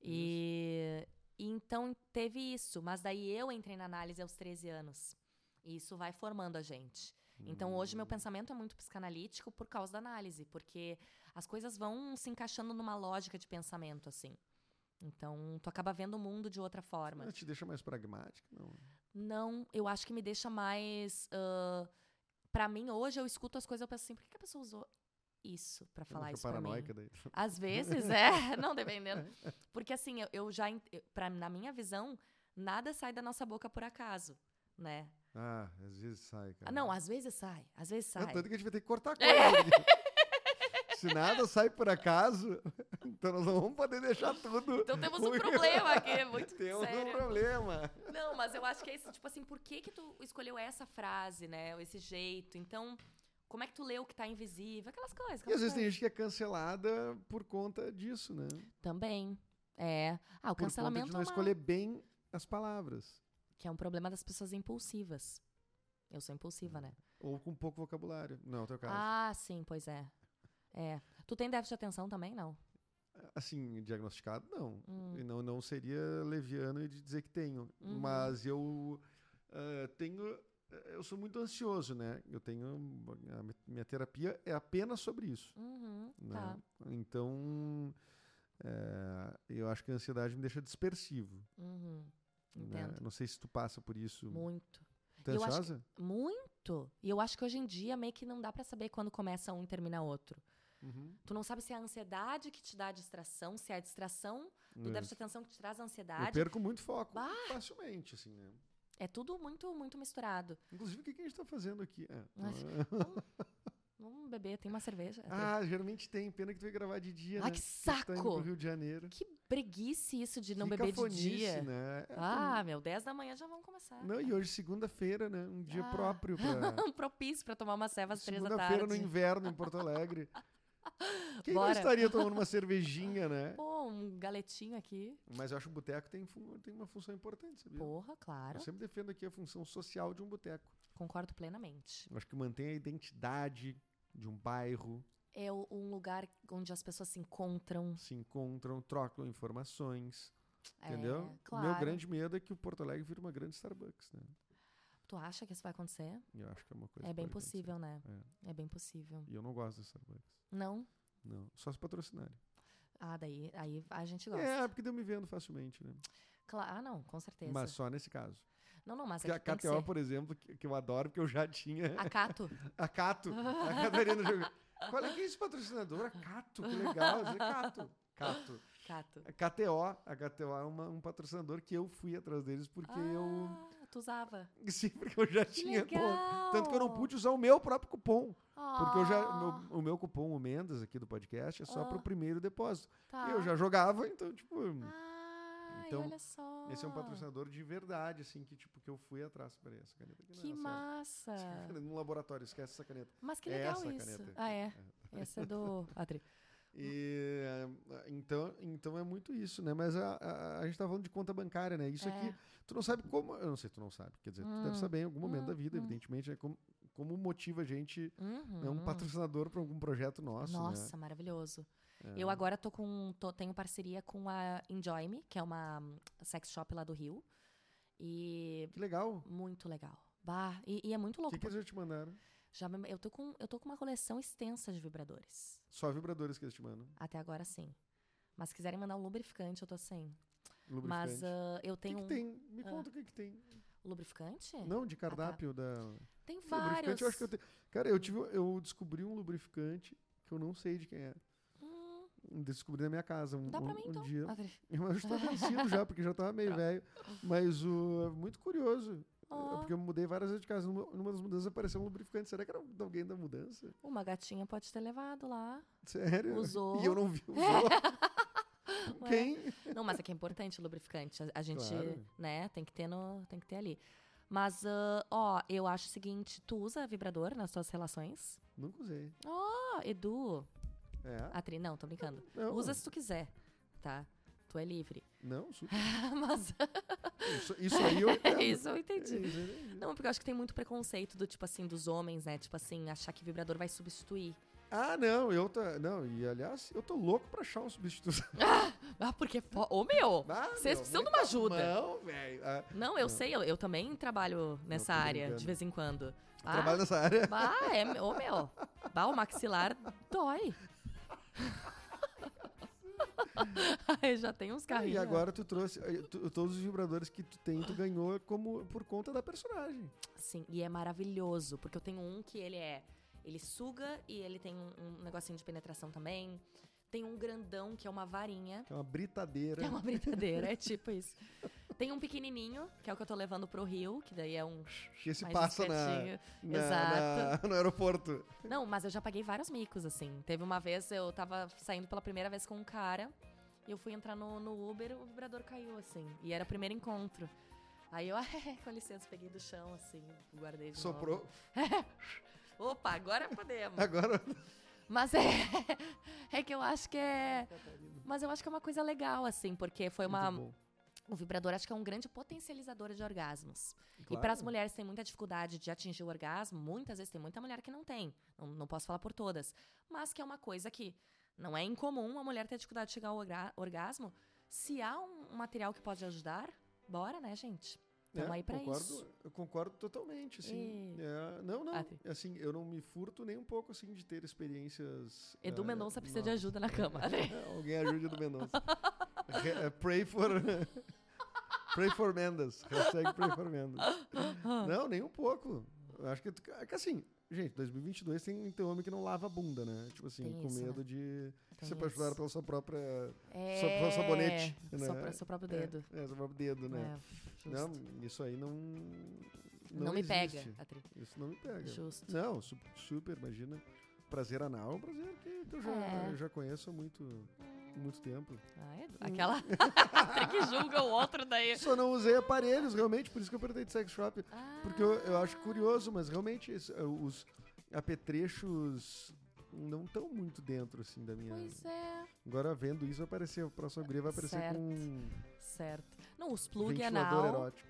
[SPEAKER 3] E, e então teve isso. Mas daí eu entrei na análise aos 13 anos. E isso vai formando a gente. Então
[SPEAKER 2] Hum.
[SPEAKER 3] hoje meu pensamento é muito psicanalítico por causa da análise, porque as coisas vão se encaixando numa lógica de pensamento, assim. Então, tu acaba vendo o mundo de outra forma.
[SPEAKER 2] Mas Ah, te deixa mais pragmático, não?
[SPEAKER 3] Não, eu acho que me deixa mais. ah, pra mim, hoje eu escuto as coisas e eu penso assim, por que, que a pessoa usou isso pra
[SPEAKER 2] Você não
[SPEAKER 3] falar
[SPEAKER 2] fica
[SPEAKER 3] isso pra mim?
[SPEAKER 2] paranoica daí. *laughs*
[SPEAKER 3] Às vezes, é, não dependendo. Porque assim, eu, eu já, en- eu- pra, na minha visão, nada sai da nossa boca por acaso, né?
[SPEAKER 2] Ah, às vezes sai, cara.
[SPEAKER 3] Ah, não, às vezes sai, às vezes
[SPEAKER 2] É,
[SPEAKER 3] sai. É.
[SPEAKER 2] tanto que a gente vai ter que cortar coisa.
[SPEAKER 3] *laughs*
[SPEAKER 2] aqui. Se nada sai por acaso, *laughs* então nós não vamos poder deixar tudo.
[SPEAKER 3] Então temos
[SPEAKER 2] *laughs*
[SPEAKER 3] um problema aqui, é muito
[SPEAKER 2] Tem um
[SPEAKER 3] sério.
[SPEAKER 2] problema.
[SPEAKER 3] Não, mas eu acho que é isso, tipo assim, por que que tu escolheu essa frase, né? Ou esse jeito? Então, como é que tu lê o que tá invisível? Aquelas coisas.
[SPEAKER 2] E às
[SPEAKER 3] aquelas
[SPEAKER 2] vezes tem
[SPEAKER 3] coisas.
[SPEAKER 2] gente que é cancelada por conta disso, né?
[SPEAKER 3] Também. É. Ah, o
[SPEAKER 2] Por
[SPEAKER 3] cancelamento
[SPEAKER 2] conta de não
[SPEAKER 3] é uma-
[SPEAKER 2] escolher bem as palavras.
[SPEAKER 3] que é um problema das pessoas impulsivas. Eu sou impulsiva, né?
[SPEAKER 2] Ou com pouco vocabulário. Não, é o teu caso.
[SPEAKER 3] Ah, sim, pois é. É. Tu tem déficit de atenção também, não?
[SPEAKER 2] Assim, diagnosticado, não.
[SPEAKER 3] Hum.
[SPEAKER 2] E não, não seria leviano de dizer que tenho.
[SPEAKER 3] Uhum.
[SPEAKER 2] Mas eu ah, tenho. eh, Eu sou muito ansioso, né? Eu tenho. A mi- minha terapia é apenas sobre isso.
[SPEAKER 3] Uhum,
[SPEAKER 2] né?
[SPEAKER 3] tá.
[SPEAKER 2] Então. eh, eu acho que a ansiedade me deixa dispersivo.
[SPEAKER 3] Uhum.
[SPEAKER 2] né?
[SPEAKER 3] Entendo.
[SPEAKER 2] Não sei se tu passa por isso.
[SPEAKER 3] Muito.
[SPEAKER 2] Tá
[SPEAKER 3] Eu acho que-
[SPEAKER 2] ansiosa?
[SPEAKER 3] Muito. E eu acho que hoje em dia meio que não dá pra saber quando começa um e termina outro.
[SPEAKER 2] Uhum.
[SPEAKER 3] Tu não sabe se é a ansiedade que te dá a distração, se é a distração do
[SPEAKER 2] É.
[SPEAKER 3] déficit de atenção que te traz a
[SPEAKER 2] Eu
[SPEAKER 3] ansiedade.
[SPEAKER 2] perco muito foco
[SPEAKER 3] Bah!
[SPEAKER 2] facilmente, assim, né?
[SPEAKER 3] É tudo muito, muito misturado.
[SPEAKER 2] Inclusive, o que que a gente tá fazendo aqui? É, não
[SPEAKER 3] Nossa,
[SPEAKER 2] é-
[SPEAKER 3] Vamos beber, tem uma cerveja.
[SPEAKER 2] Ah, geralmente tem. Pena que tu vai gravar de dia,
[SPEAKER 3] Ah,
[SPEAKER 2] né?
[SPEAKER 3] que
[SPEAKER 2] Você Tá indo pro
[SPEAKER 3] saco!
[SPEAKER 2] Rio de Janeiro.
[SPEAKER 3] Que preguice isso de não
[SPEAKER 2] Que
[SPEAKER 3] beber de
[SPEAKER 2] cafonice,
[SPEAKER 3] dia.
[SPEAKER 2] Né? É,
[SPEAKER 3] Ah, meu, 10 da manhã já vão começar.
[SPEAKER 2] tem- Não, e hoje, segunda-feira, né? Um dia
[SPEAKER 3] Ah.
[SPEAKER 2] próprio pra...
[SPEAKER 3] *laughs* propício pra tomar uma ceva às três da
[SPEAKER 2] Segunda-feira no
[SPEAKER 3] tarde.
[SPEAKER 2] inverno, em Porto
[SPEAKER 3] *laughs*
[SPEAKER 2] Alegre. Quem não
[SPEAKER 3] Bora.
[SPEAKER 2] estaria tomando uma cervejinha, né?
[SPEAKER 3] *laughs* Pô, um galetinho aqui.
[SPEAKER 2] Mas eu acho que o boteco tem, fun- tem uma função importante, sabia?
[SPEAKER 3] Porra,
[SPEAKER 2] Eu
[SPEAKER 3] claro.
[SPEAKER 2] sempre defendo aqui a função social de um boteco.
[SPEAKER 3] Concordo plenamente.
[SPEAKER 2] Eu acho que mantém a identidade de um bairro,
[SPEAKER 3] É o- um lugar onde as pessoas se encontram.
[SPEAKER 2] se encontram, trocam informações,
[SPEAKER 3] É,
[SPEAKER 2] entendeu?
[SPEAKER 3] claro.
[SPEAKER 2] O meu grande medo é que o Porto Alegre vire uma grande Starbucks, né?
[SPEAKER 3] Tu acha que isso vai acontecer?
[SPEAKER 2] Eu acho que é uma coisa
[SPEAKER 3] É
[SPEAKER 2] que
[SPEAKER 3] bem
[SPEAKER 2] pode acontecer.
[SPEAKER 3] possível, né? É. bem possível.
[SPEAKER 2] E eu não gosto da Starbucks.
[SPEAKER 3] Não?
[SPEAKER 2] Não. Só se patrocinarem.
[SPEAKER 3] Ah, daí aí a gente gosta.
[SPEAKER 2] É, porque deu me vendo facilmente, né?
[SPEAKER 3] Cla- ah, não, com certeza.
[SPEAKER 2] Mas só nesse caso.
[SPEAKER 3] não, não, mas
[SPEAKER 2] Porque
[SPEAKER 3] é
[SPEAKER 2] a
[SPEAKER 3] que tem que
[SPEAKER 2] KTO,
[SPEAKER 3] ser.
[SPEAKER 2] por exemplo, que, que eu adoro, porque eu já tinha.
[SPEAKER 3] A Cato.
[SPEAKER 2] A Cato. A Catarina jogou.
[SPEAKER 3] *laughs*
[SPEAKER 2] Qual é que é esse patrocinador? A Cato, que legal. Eu disse, Cato. Cato.
[SPEAKER 3] Cato.
[SPEAKER 2] A KTO. A KTO é uma- um patrocinador que eu fui atrás deles porque eu.
[SPEAKER 3] Ah, Tu usava.
[SPEAKER 2] *laughs* Sim, porque eu já
[SPEAKER 3] Que
[SPEAKER 2] tinha. todo.
[SPEAKER 3] legal.
[SPEAKER 2] Tanto que eu não pude usar o meu próprio cupom. Ah, Porque eu já,
[SPEAKER 3] Ah,
[SPEAKER 2] meu- o meu cupom, o Mendes, aqui do podcast, é só
[SPEAKER 3] Ah.
[SPEAKER 2] pro primeiro depósito.
[SPEAKER 3] tá.
[SPEAKER 2] E eu já jogava, então, tipo.
[SPEAKER 3] Ah,
[SPEAKER 2] Então,
[SPEAKER 3] olha só.
[SPEAKER 2] Esse é um patrocinador de verdade, assim, que tipo, que eu fui atrás. Peraí, essa caneta aqui não
[SPEAKER 3] Que
[SPEAKER 2] é nossa,
[SPEAKER 3] massa.
[SPEAKER 2] essa caneta- Num laboratório, esquece essa caneta.
[SPEAKER 3] Mas que
[SPEAKER 2] É
[SPEAKER 3] legal
[SPEAKER 2] essa a
[SPEAKER 3] isso.
[SPEAKER 2] caneta.
[SPEAKER 3] Ah, é. Essa é do. Adri.
[SPEAKER 2] *laughs* E, ah, então, então é muito isso, né? Mas a, a, a gente tá falando de conta bancária, né? Isso
[SPEAKER 3] É.
[SPEAKER 2] aqui, tu não sabe como. Eu não sei, tu não sabe. Quer dizer, tu deve
[SPEAKER 3] Hum,
[SPEAKER 2] saber em algum momento
[SPEAKER 3] hum,
[SPEAKER 2] da vida,
[SPEAKER 3] hum.
[SPEAKER 2] evidentemente, né? Como, como motiva a gente,
[SPEAKER 3] Uhum.
[SPEAKER 2] né? Um patrocinador para algum projeto nosso.
[SPEAKER 3] Nossa,
[SPEAKER 2] Né?
[SPEAKER 3] maravilhoso.
[SPEAKER 2] É.
[SPEAKER 3] Eu agora tô com. tô- tenho parceria com a Enjoy Me, que é uma hum, sex shop lá do Rio. E
[SPEAKER 2] Que legal.
[SPEAKER 3] muito legal. Bah, e, e é muito
[SPEAKER 2] O
[SPEAKER 3] louco.
[SPEAKER 2] que, que eles já te mandaram?
[SPEAKER 3] porque já me- eu, tô com, eu tô com uma coleção extensa de vibradores.
[SPEAKER 2] Só vibradores que eles te mandam.
[SPEAKER 3] Até agora sim. Mas se quiserem mandar um lubrificante, eu tô sem.
[SPEAKER 2] Lubrificante.
[SPEAKER 3] Mas ah, eu
[SPEAKER 2] o que,
[SPEAKER 3] tenho
[SPEAKER 2] que tem? Me conta o que, que tem.
[SPEAKER 3] um. Lubrificante?
[SPEAKER 2] Não, de cardápio da. Não,
[SPEAKER 3] Tem vários.
[SPEAKER 2] Lubrificante, eu acho que eu tenho. Cara, eu, tive, eu descobri um lubrificante que eu não sei de quem é.
[SPEAKER 3] Hum,
[SPEAKER 2] Descobri na minha casa um,
[SPEAKER 3] dá pra
[SPEAKER 2] um-
[SPEAKER 3] mim
[SPEAKER 2] um
[SPEAKER 3] então.
[SPEAKER 2] dia. *laughs*
[SPEAKER 3] Adri.
[SPEAKER 2] Eu acho que eu tava vencido já, porque já tava meio velho. Mas o, é muito curioso. É
[SPEAKER 3] Ó.
[SPEAKER 2] Porque eu mudei várias vezes de casa. Numa, numa das mudanças apareceu um lubrificante. Será que era de alguém da mudança? *laughs*
[SPEAKER 3] Uma gatinha pode ter levado lá.
[SPEAKER 2] Sério?
[SPEAKER 3] Usou.
[SPEAKER 2] E eu não
[SPEAKER 3] *laughs*
[SPEAKER 2] vi. Usou.
[SPEAKER 3] Ué.
[SPEAKER 2] quem?
[SPEAKER 3] Não, mas é que é importante o lubrificante. A, a gente,
[SPEAKER 2] Claro.
[SPEAKER 3] né, tem que ter no, tem que ter ali. Mas, ah, ó, eu acho o seguinte, tu usa vibrador nas tuas relações?
[SPEAKER 2] Nunca usei.
[SPEAKER 3] Ó, Edu,
[SPEAKER 2] É.
[SPEAKER 3] Atri, não, tô brincando.
[SPEAKER 2] Não,
[SPEAKER 3] Usa se tu quiser, tá? Tu é livre. *laughs*
[SPEAKER 2] Não, super.
[SPEAKER 3] mas
[SPEAKER 2] Isso, isso aí
[SPEAKER 3] *laughs*
[SPEAKER 2] eu entendo.
[SPEAKER 3] É
[SPEAKER 2] É,
[SPEAKER 3] isso eu entendi.
[SPEAKER 2] Isso aí eu entendo.
[SPEAKER 3] Não, porque eu acho que tem muito preconceito do tipo assim dos homens, né? Tipo assim, achar que vibrador vai substituir.
[SPEAKER 2] Ah, não, eu tô. Não, e aliás, eu tô louco pra achar um substituto.
[SPEAKER 3] Ah, porque. fo- Ô, meu!
[SPEAKER 2] Ah,
[SPEAKER 3] Vocês
[SPEAKER 2] meu,
[SPEAKER 3] precisam de
[SPEAKER 2] muita
[SPEAKER 3] uma ajuda.
[SPEAKER 2] mão, velho. Ah,
[SPEAKER 3] Não, eu
[SPEAKER 2] Não.
[SPEAKER 3] sei, eu, eu também trabalho nessa
[SPEAKER 2] tô
[SPEAKER 3] área de
[SPEAKER 2] brincando.
[SPEAKER 3] vez em quando. Ah,
[SPEAKER 2] Trabalho nessa área.
[SPEAKER 3] bah, é. Ô, meu! Bah, o maxilar dói. *laughs* Ai, já tem uns carrinhos.
[SPEAKER 2] *laughs* e agora tu trouxe. eh, tu- todos os vibradores que tu tem, tu ganhou como, por conta da personagem.
[SPEAKER 3] Sim, e é maravilhoso, porque eu tenho um que ele é. Ele suga e ele tem um, um negocinho de penetração também. Tem um grandão que é uma varinha.
[SPEAKER 2] Que é uma britadeira.
[SPEAKER 3] É uma brincadeira, é tipo isso. Tem um pequenininho, que é o que eu tô levando pro Rio, que daí é um.
[SPEAKER 2] Que esse
[SPEAKER 3] mais
[SPEAKER 2] passa na,
[SPEAKER 3] espertinho.
[SPEAKER 2] na-
[SPEAKER 3] Exato.
[SPEAKER 2] na- no aeroporto.
[SPEAKER 3] Não, mas eu já paguei vários micos, assim. Teve uma vez, eu tava saindo pela primeira vez com um cara, e eu fui entrar no, no Uber, o vibrador caiu, assim. E era o primeiro encontro. Aí eu, *laughs* ah, com licença, peguei do chão, assim, guardei de novo.
[SPEAKER 2] Soprou.
[SPEAKER 3] Opa,
[SPEAKER 2] *laughs*
[SPEAKER 3] agora podemos.
[SPEAKER 2] Agora.
[SPEAKER 3] Mas é, *laughs* é que eu acho que é. Mas eu acho que é uma coisa legal, assim, porque foi uma.
[SPEAKER 2] Muito bom.
[SPEAKER 3] O vibrador acho que é um grande potencializador de orgasmos. E
[SPEAKER 2] Claro.
[SPEAKER 3] para as mulheres que têm muita dificuldade de atingir o orgasmo, muitas vezes tem muita mulher que não tem. Não, não posso falar por todas. Mas que é uma coisa que não é incomum a mulher ter dificuldade de chegar ao orga- orgasmo. Se há um, um material que pode ajudar, bora, né, gente? Tamo
[SPEAKER 2] É,
[SPEAKER 3] aí pra
[SPEAKER 2] concordo,
[SPEAKER 3] isso.
[SPEAKER 2] Eu concordo totalmente, assim.
[SPEAKER 3] E-
[SPEAKER 2] É, não, não.
[SPEAKER 3] Ah, sim.
[SPEAKER 2] Assim, eu não me furto nem um pouco, assim, de ter experiências...
[SPEAKER 3] Edu
[SPEAKER 2] eh,
[SPEAKER 3] Mendonça precisa de
[SPEAKER 2] novas.
[SPEAKER 3] ajuda na cama,
[SPEAKER 2] *laughs*
[SPEAKER 3] né?
[SPEAKER 2] Alguém ajude do Mendonça. Re- eh, pray for. *laughs* pray for Mendes. Hashtag pray for Mendes. Não, nem um pouco. Eu Acho que. tu- É que assim, gente, 2022 tem, tem homem que não lava a bunda, né? Tipo assim,
[SPEAKER 3] Tem
[SPEAKER 2] com
[SPEAKER 3] isso, né?
[SPEAKER 2] medo de
[SPEAKER 3] Tem
[SPEAKER 2] ser apaixonado
[SPEAKER 3] isso.
[SPEAKER 2] pela sua própria.
[SPEAKER 3] É...
[SPEAKER 2] Só pro sabonete, né?
[SPEAKER 3] Sopra, seu próprio dedo.
[SPEAKER 2] É, seu próprio dedo, né?
[SPEAKER 3] É,
[SPEAKER 2] não,
[SPEAKER 3] justo.
[SPEAKER 2] isso aí não.
[SPEAKER 3] não, me
[SPEAKER 2] existe.
[SPEAKER 3] pega, Atri.
[SPEAKER 2] Isso não me pega.
[SPEAKER 3] Justo.
[SPEAKER 2] Não, su- super, imagina. Prazer anal é um prazer que, que eu, já,
[SPEAKER 3] É.
[SPEAKER 2] eu já conheço há muito, muito tempo.
[SPEAKER 3] Ah,
[SPEAKER 2] Hum.
[SPEAKER 3] Edu.
[SPEAKER 2] *laughs*
[SPEAKER 3] Aquela *laughs* Atri que julga o outro daí.
[SPEAKER 2] Só não usei aparelhos, realmente, por isso que eu perguntei de sex shop.
[SPEAKER 3] Ah,
[SPEAKER 2] Porque eu, eu acho curioso, mas realmente esse- eh, os apetrechos não estão muito dentro, assim, da minha.
[SPEAKER 3] Pois é.
[SPEAKER 2] Agora vendo isso, vai aparecer. A próxima guria vai aparecer
[SPEAKER 3] Certo.
[SPEAKER 2] com um
[SPEAKER 3] Certo. Não, os plug
[SPEAKER 2] ventilador
[SPEAKER 3] anal.
[SPEAKER 2] erótico.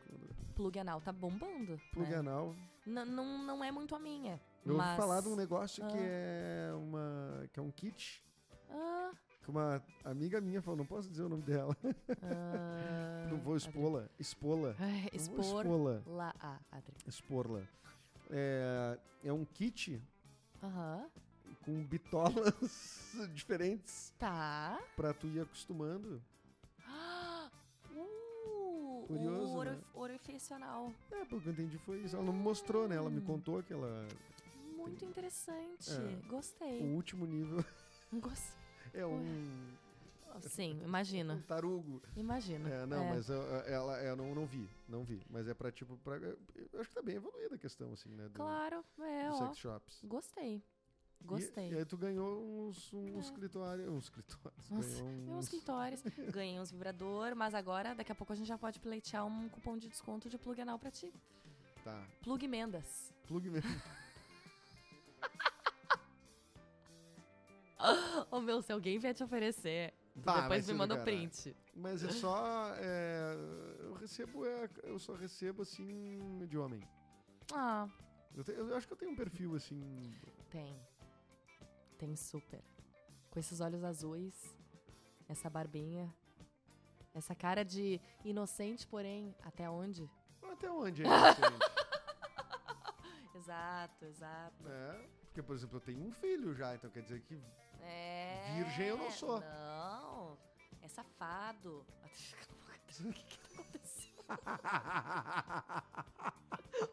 [SPEAKER 3] Plug anal tá bombando.
[SPEAKER 2] Plug
[SPEAKER 3] né?
[SPEAKER 2] anal.
[SPEAKER 3] N- Não, não é muito a minha.
[SPEAKER 2] Eu
[SPEAKER 3] mas...
[SPEAKER 2] ouvi falar de um negócio que
[SPEAKER 3] Ah.
[SPEAKER 2] é uma. que é um kit.
[SPEAKER 3] Ah,
[SPEAKER 2] Que uma amiga minha falou, não posso dizer o nome dela. *laughs*
[SPEAKER 3] ah,
[SPEAKER 2] não vou expô-la. Expô-la.
[SPEAKER 3] Atri. Ai,
[SPEAKER 2] Não vou
[SPEAKER 3] expor.
[SPEAKER 2] Expô-la.
[SPEAKER 3] Lá, ah, Atri.
[SPEAKER 2] Expor-la. É, é um kit
[SPEAKER 3] Aham.
[SPEAKER 2] com bitolas *laughs* diferentes
[SPEAKER 3] Tá. *gasps*
[SPEAKER 2] pra tu ir acostumando.
[SPEAKER 3] Ah, Uh,
[SPEAKER 2] Curioso,
[SPEAKER 3] o orif-
[SPEAKER 2] né?
[SPEAKER 3] orifício anal.
[SPEAKER 2] É, pelo que eu entendi foi isso. Ela não me mostrou, né? Ela
[SPEAKER 3] Hum.
[SPEAKER 2] me contou que ela.
[SPEAKER 3] Muito interessante.
[SPEAKER 2] É. O
[SPEAKER 3] Gostei.
[SPEAKER 2] último nível *laughs*
[SPEAKER 3] *laughs* Gostei.
[SPEAKER 2] é um,
[SPEAKER 3] oh, Sim,
[SPEAKER 2] um
[SPEAKER 3] imagino.
[SPEAKER 2] tarugo.
[SPEAKER 3] Imagino.
[SPEAKER 2] É, não,
[SPEAKER 3] É.
[SPEAKER 2] mas eu, ela, eu não, não vi, não vi. Mas é pra tipo. Pra, eu acho que tá bem evoluída a questão, assim, né? Do,
[SPEAKER 3] Claro, é,
[SPEAKER 2] dos
[SPEAKER 3] ó.
[SPEAKER 2] sex shops. E-
[SPEAKER 3] Gostei. Gostei.
[SPEAKER 2] E, aí tu ganhou uns, uns
[SPEAKER 3] É.
[SPEAKER 2] clitórios. Uns clitórios.
[SPEAKER 3] Nossa,
[SPEAKER 2] ganhou
[SPEAKER 3] Ganhei uns
[SPEAKER 2] uns.
[SPEAKER 3] *laughs* clitóris, ganhei uns vibrador, mas agora, daqui a pouco a gente já pode pleitear um cupom de desconto de plug anal pra ti.
[SPEAKER 2] Tá.
[SPEAKER 3] Plug Mendas.
[SPEAKER 2] Plug mesmo.
[SPEAKER 3] Ô meu, se alguém vier te oferecer,
[SPEAKER 2] Bah, vai
[SPEAKER 3] depois
[SPEAKER 2] ser
[SPEAKER 3] me
[SPEAKER 2] do
[SPEAKER 3] manda o
[SPEAKER 2] caralho.
[SPEAKER 3] print.
[SPEAKER 2] Mas é só. é, eu recebo. é, eu só recebo assim. de homem.
[SPEAKER 3] Ah,
[SPEAKER 2] Eu, te- eu acho que eu tenho um perfil assim.
[SPEAKER 3] tem. Tem super. Com esses olhos azuis, essa barbinha, essa cara de inocente, porém, até onde?
[SPEAKER 2] Até onde é inocente?
[SPEAKER 3] Exato, exato.
[SPEAKER 2] né? Porque, por exemplo, eu tenho um filho já, então quer dizer que. *laughs*
[SPEAKER 3] É.
[SPEAKER 2] Virgem eu não sou.
[SPEAKER 3] Não. É safado. um O que, tá que aconteceu?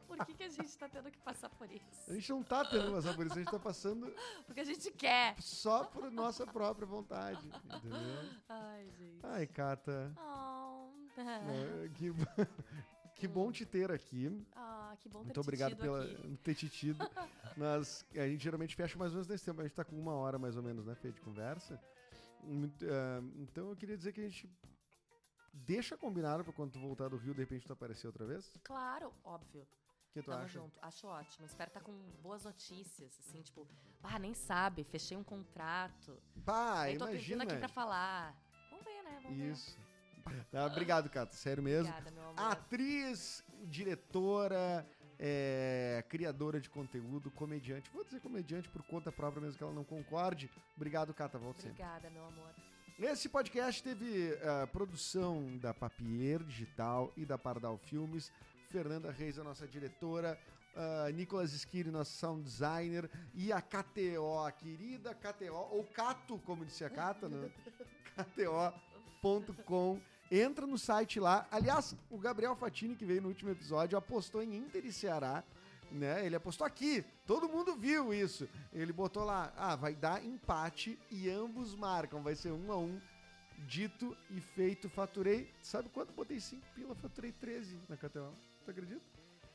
[SPEAKER 3] Por que, que a gente tá tendo que passar por
[SPEAKER 2] A
[SPEAKER 3] isso?
[SPEAKER 2] gente não tá tendo uma sabor, a gente tá passando
[SPEAKER 3] Porque a gente quer.
[SPEAKER 2] só por nossa própria vontade. Entendeu?
[SPEAKER 3] Ai, gente.
[SPEAKER 2] Ai, Cata.
[SPEAKER 3] Oh.
[SPEAKER 2] né, Que, *laughs* que bom te ter aqui.
[SPEAKER 3] Ah, que bom ter
[SPEAKER 2] Muito
[SPEAKER 3] te
[SPEAKER 2] obrigado
[SPEAKER 3] tido
[SPEAKER 2] *laughs* pela
[SPEAKER 3] aqui.
[SPEAKER 2] ter te tido.
[SPEAKER 3] *laughs*
[SPEAKER 2] Nós, a gente geralmente fecha mais ou menos nesse tempo. A gente tá com uma hora mais ou menos, né, Fê, de conversa. Muito, ah, então eu queria dizer que a gente deixa combinado pra quando tu voltar do Rio, de repente tu aparecer outra vez. O
[SPEAKER 3] Claro, óbvio.
[SPEAKER 2] que tu
[SPEAKER 3] Tamo
[SPEAKER 2] acha?
[SPEAKER 3] junto. Acho ótimo. Espero estar com boas notícias. Assim, tipo, ah, nem sabe. Fechei um contrato.
[SPEAKER 2] Pá,
[SPEAKER 3] Nem tô
[SPEAKER 2] Ah, imagina. é.
[SPEAKER 3] vindo aqui pra falar. Vamos ver, né? Vamos ver.
[SPEAKER 2] Isso. Tá, obrigado, Cato. Sério mesmo.
[SPEAKER 3] Obrigada, meu amor.
[SPEAKER 2] Atriz, diretora, é, criadora de conteúdo, comediante. Vou dizer comediante por conta própria, mesmo que ela não concorde. Obrigado, Cata. Volto sempre.
[SPEAKER 3] Obrigada, meu amor.
[SPEAKER 2] É, Esse podcast teve a produção da Papier Digital e da Pardal Filmes. Fernanda Reis, a nossa diretora. ah, Nicolas Skiri, nosso sound designer. E a KTO, a querida KTO, ou Cato, como disse a Cata, né? KTO.com. Entra no site lá. Aliás, o Gabriel Fatini, que veio no último episódio, apostou em Inter e Ceará. Né? Ele apostou aqui, todo mundo viu isso. Ele botou lá, ah, vai dar empate e ambos marcam, vai ser um a um. Dito e feito, faturei. Sabe quanto? Botei 5 pila, faturei 13 na KTO. Tu acredita?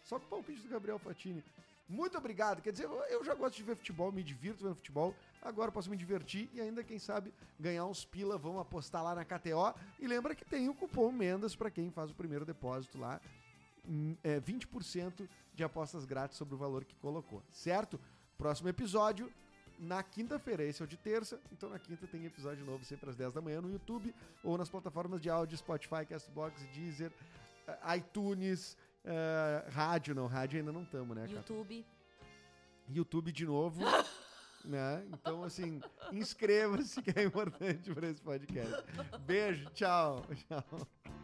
[SPEAKER 2] Só com o palpite do Gabriel Fatini. Muito obrigado. Quer dizer, eu já gosto de ver futebol, me divirto vendo futebol. Agora eu posso me divertir e ainda, quem sabe, ganhar uns pila. Vamos apostar lá na KTO. E lembra que tem o cupom Mendas para quem faz o primeiro depósito lá. Hum, É 20% de apostas grátis sobre o valor que colocou, certo? Próximo episódio na quinta-feira. Esse é o de terça, então na quinta tem episódio novo sempre às 10 da manhã no YouTube ou nas plataformas de áudio Spotify, Castbox, Deezer, eh, iTunes, eh, rádio não, rádio ainda não estamos, né? Cata?
[SPEAKER 3] YouTube.
[SPEAKER 2] YouTube de novo. né? Então, assim, inscreva-se que é importante para esse podcast. Beijo, tchau. Tchau.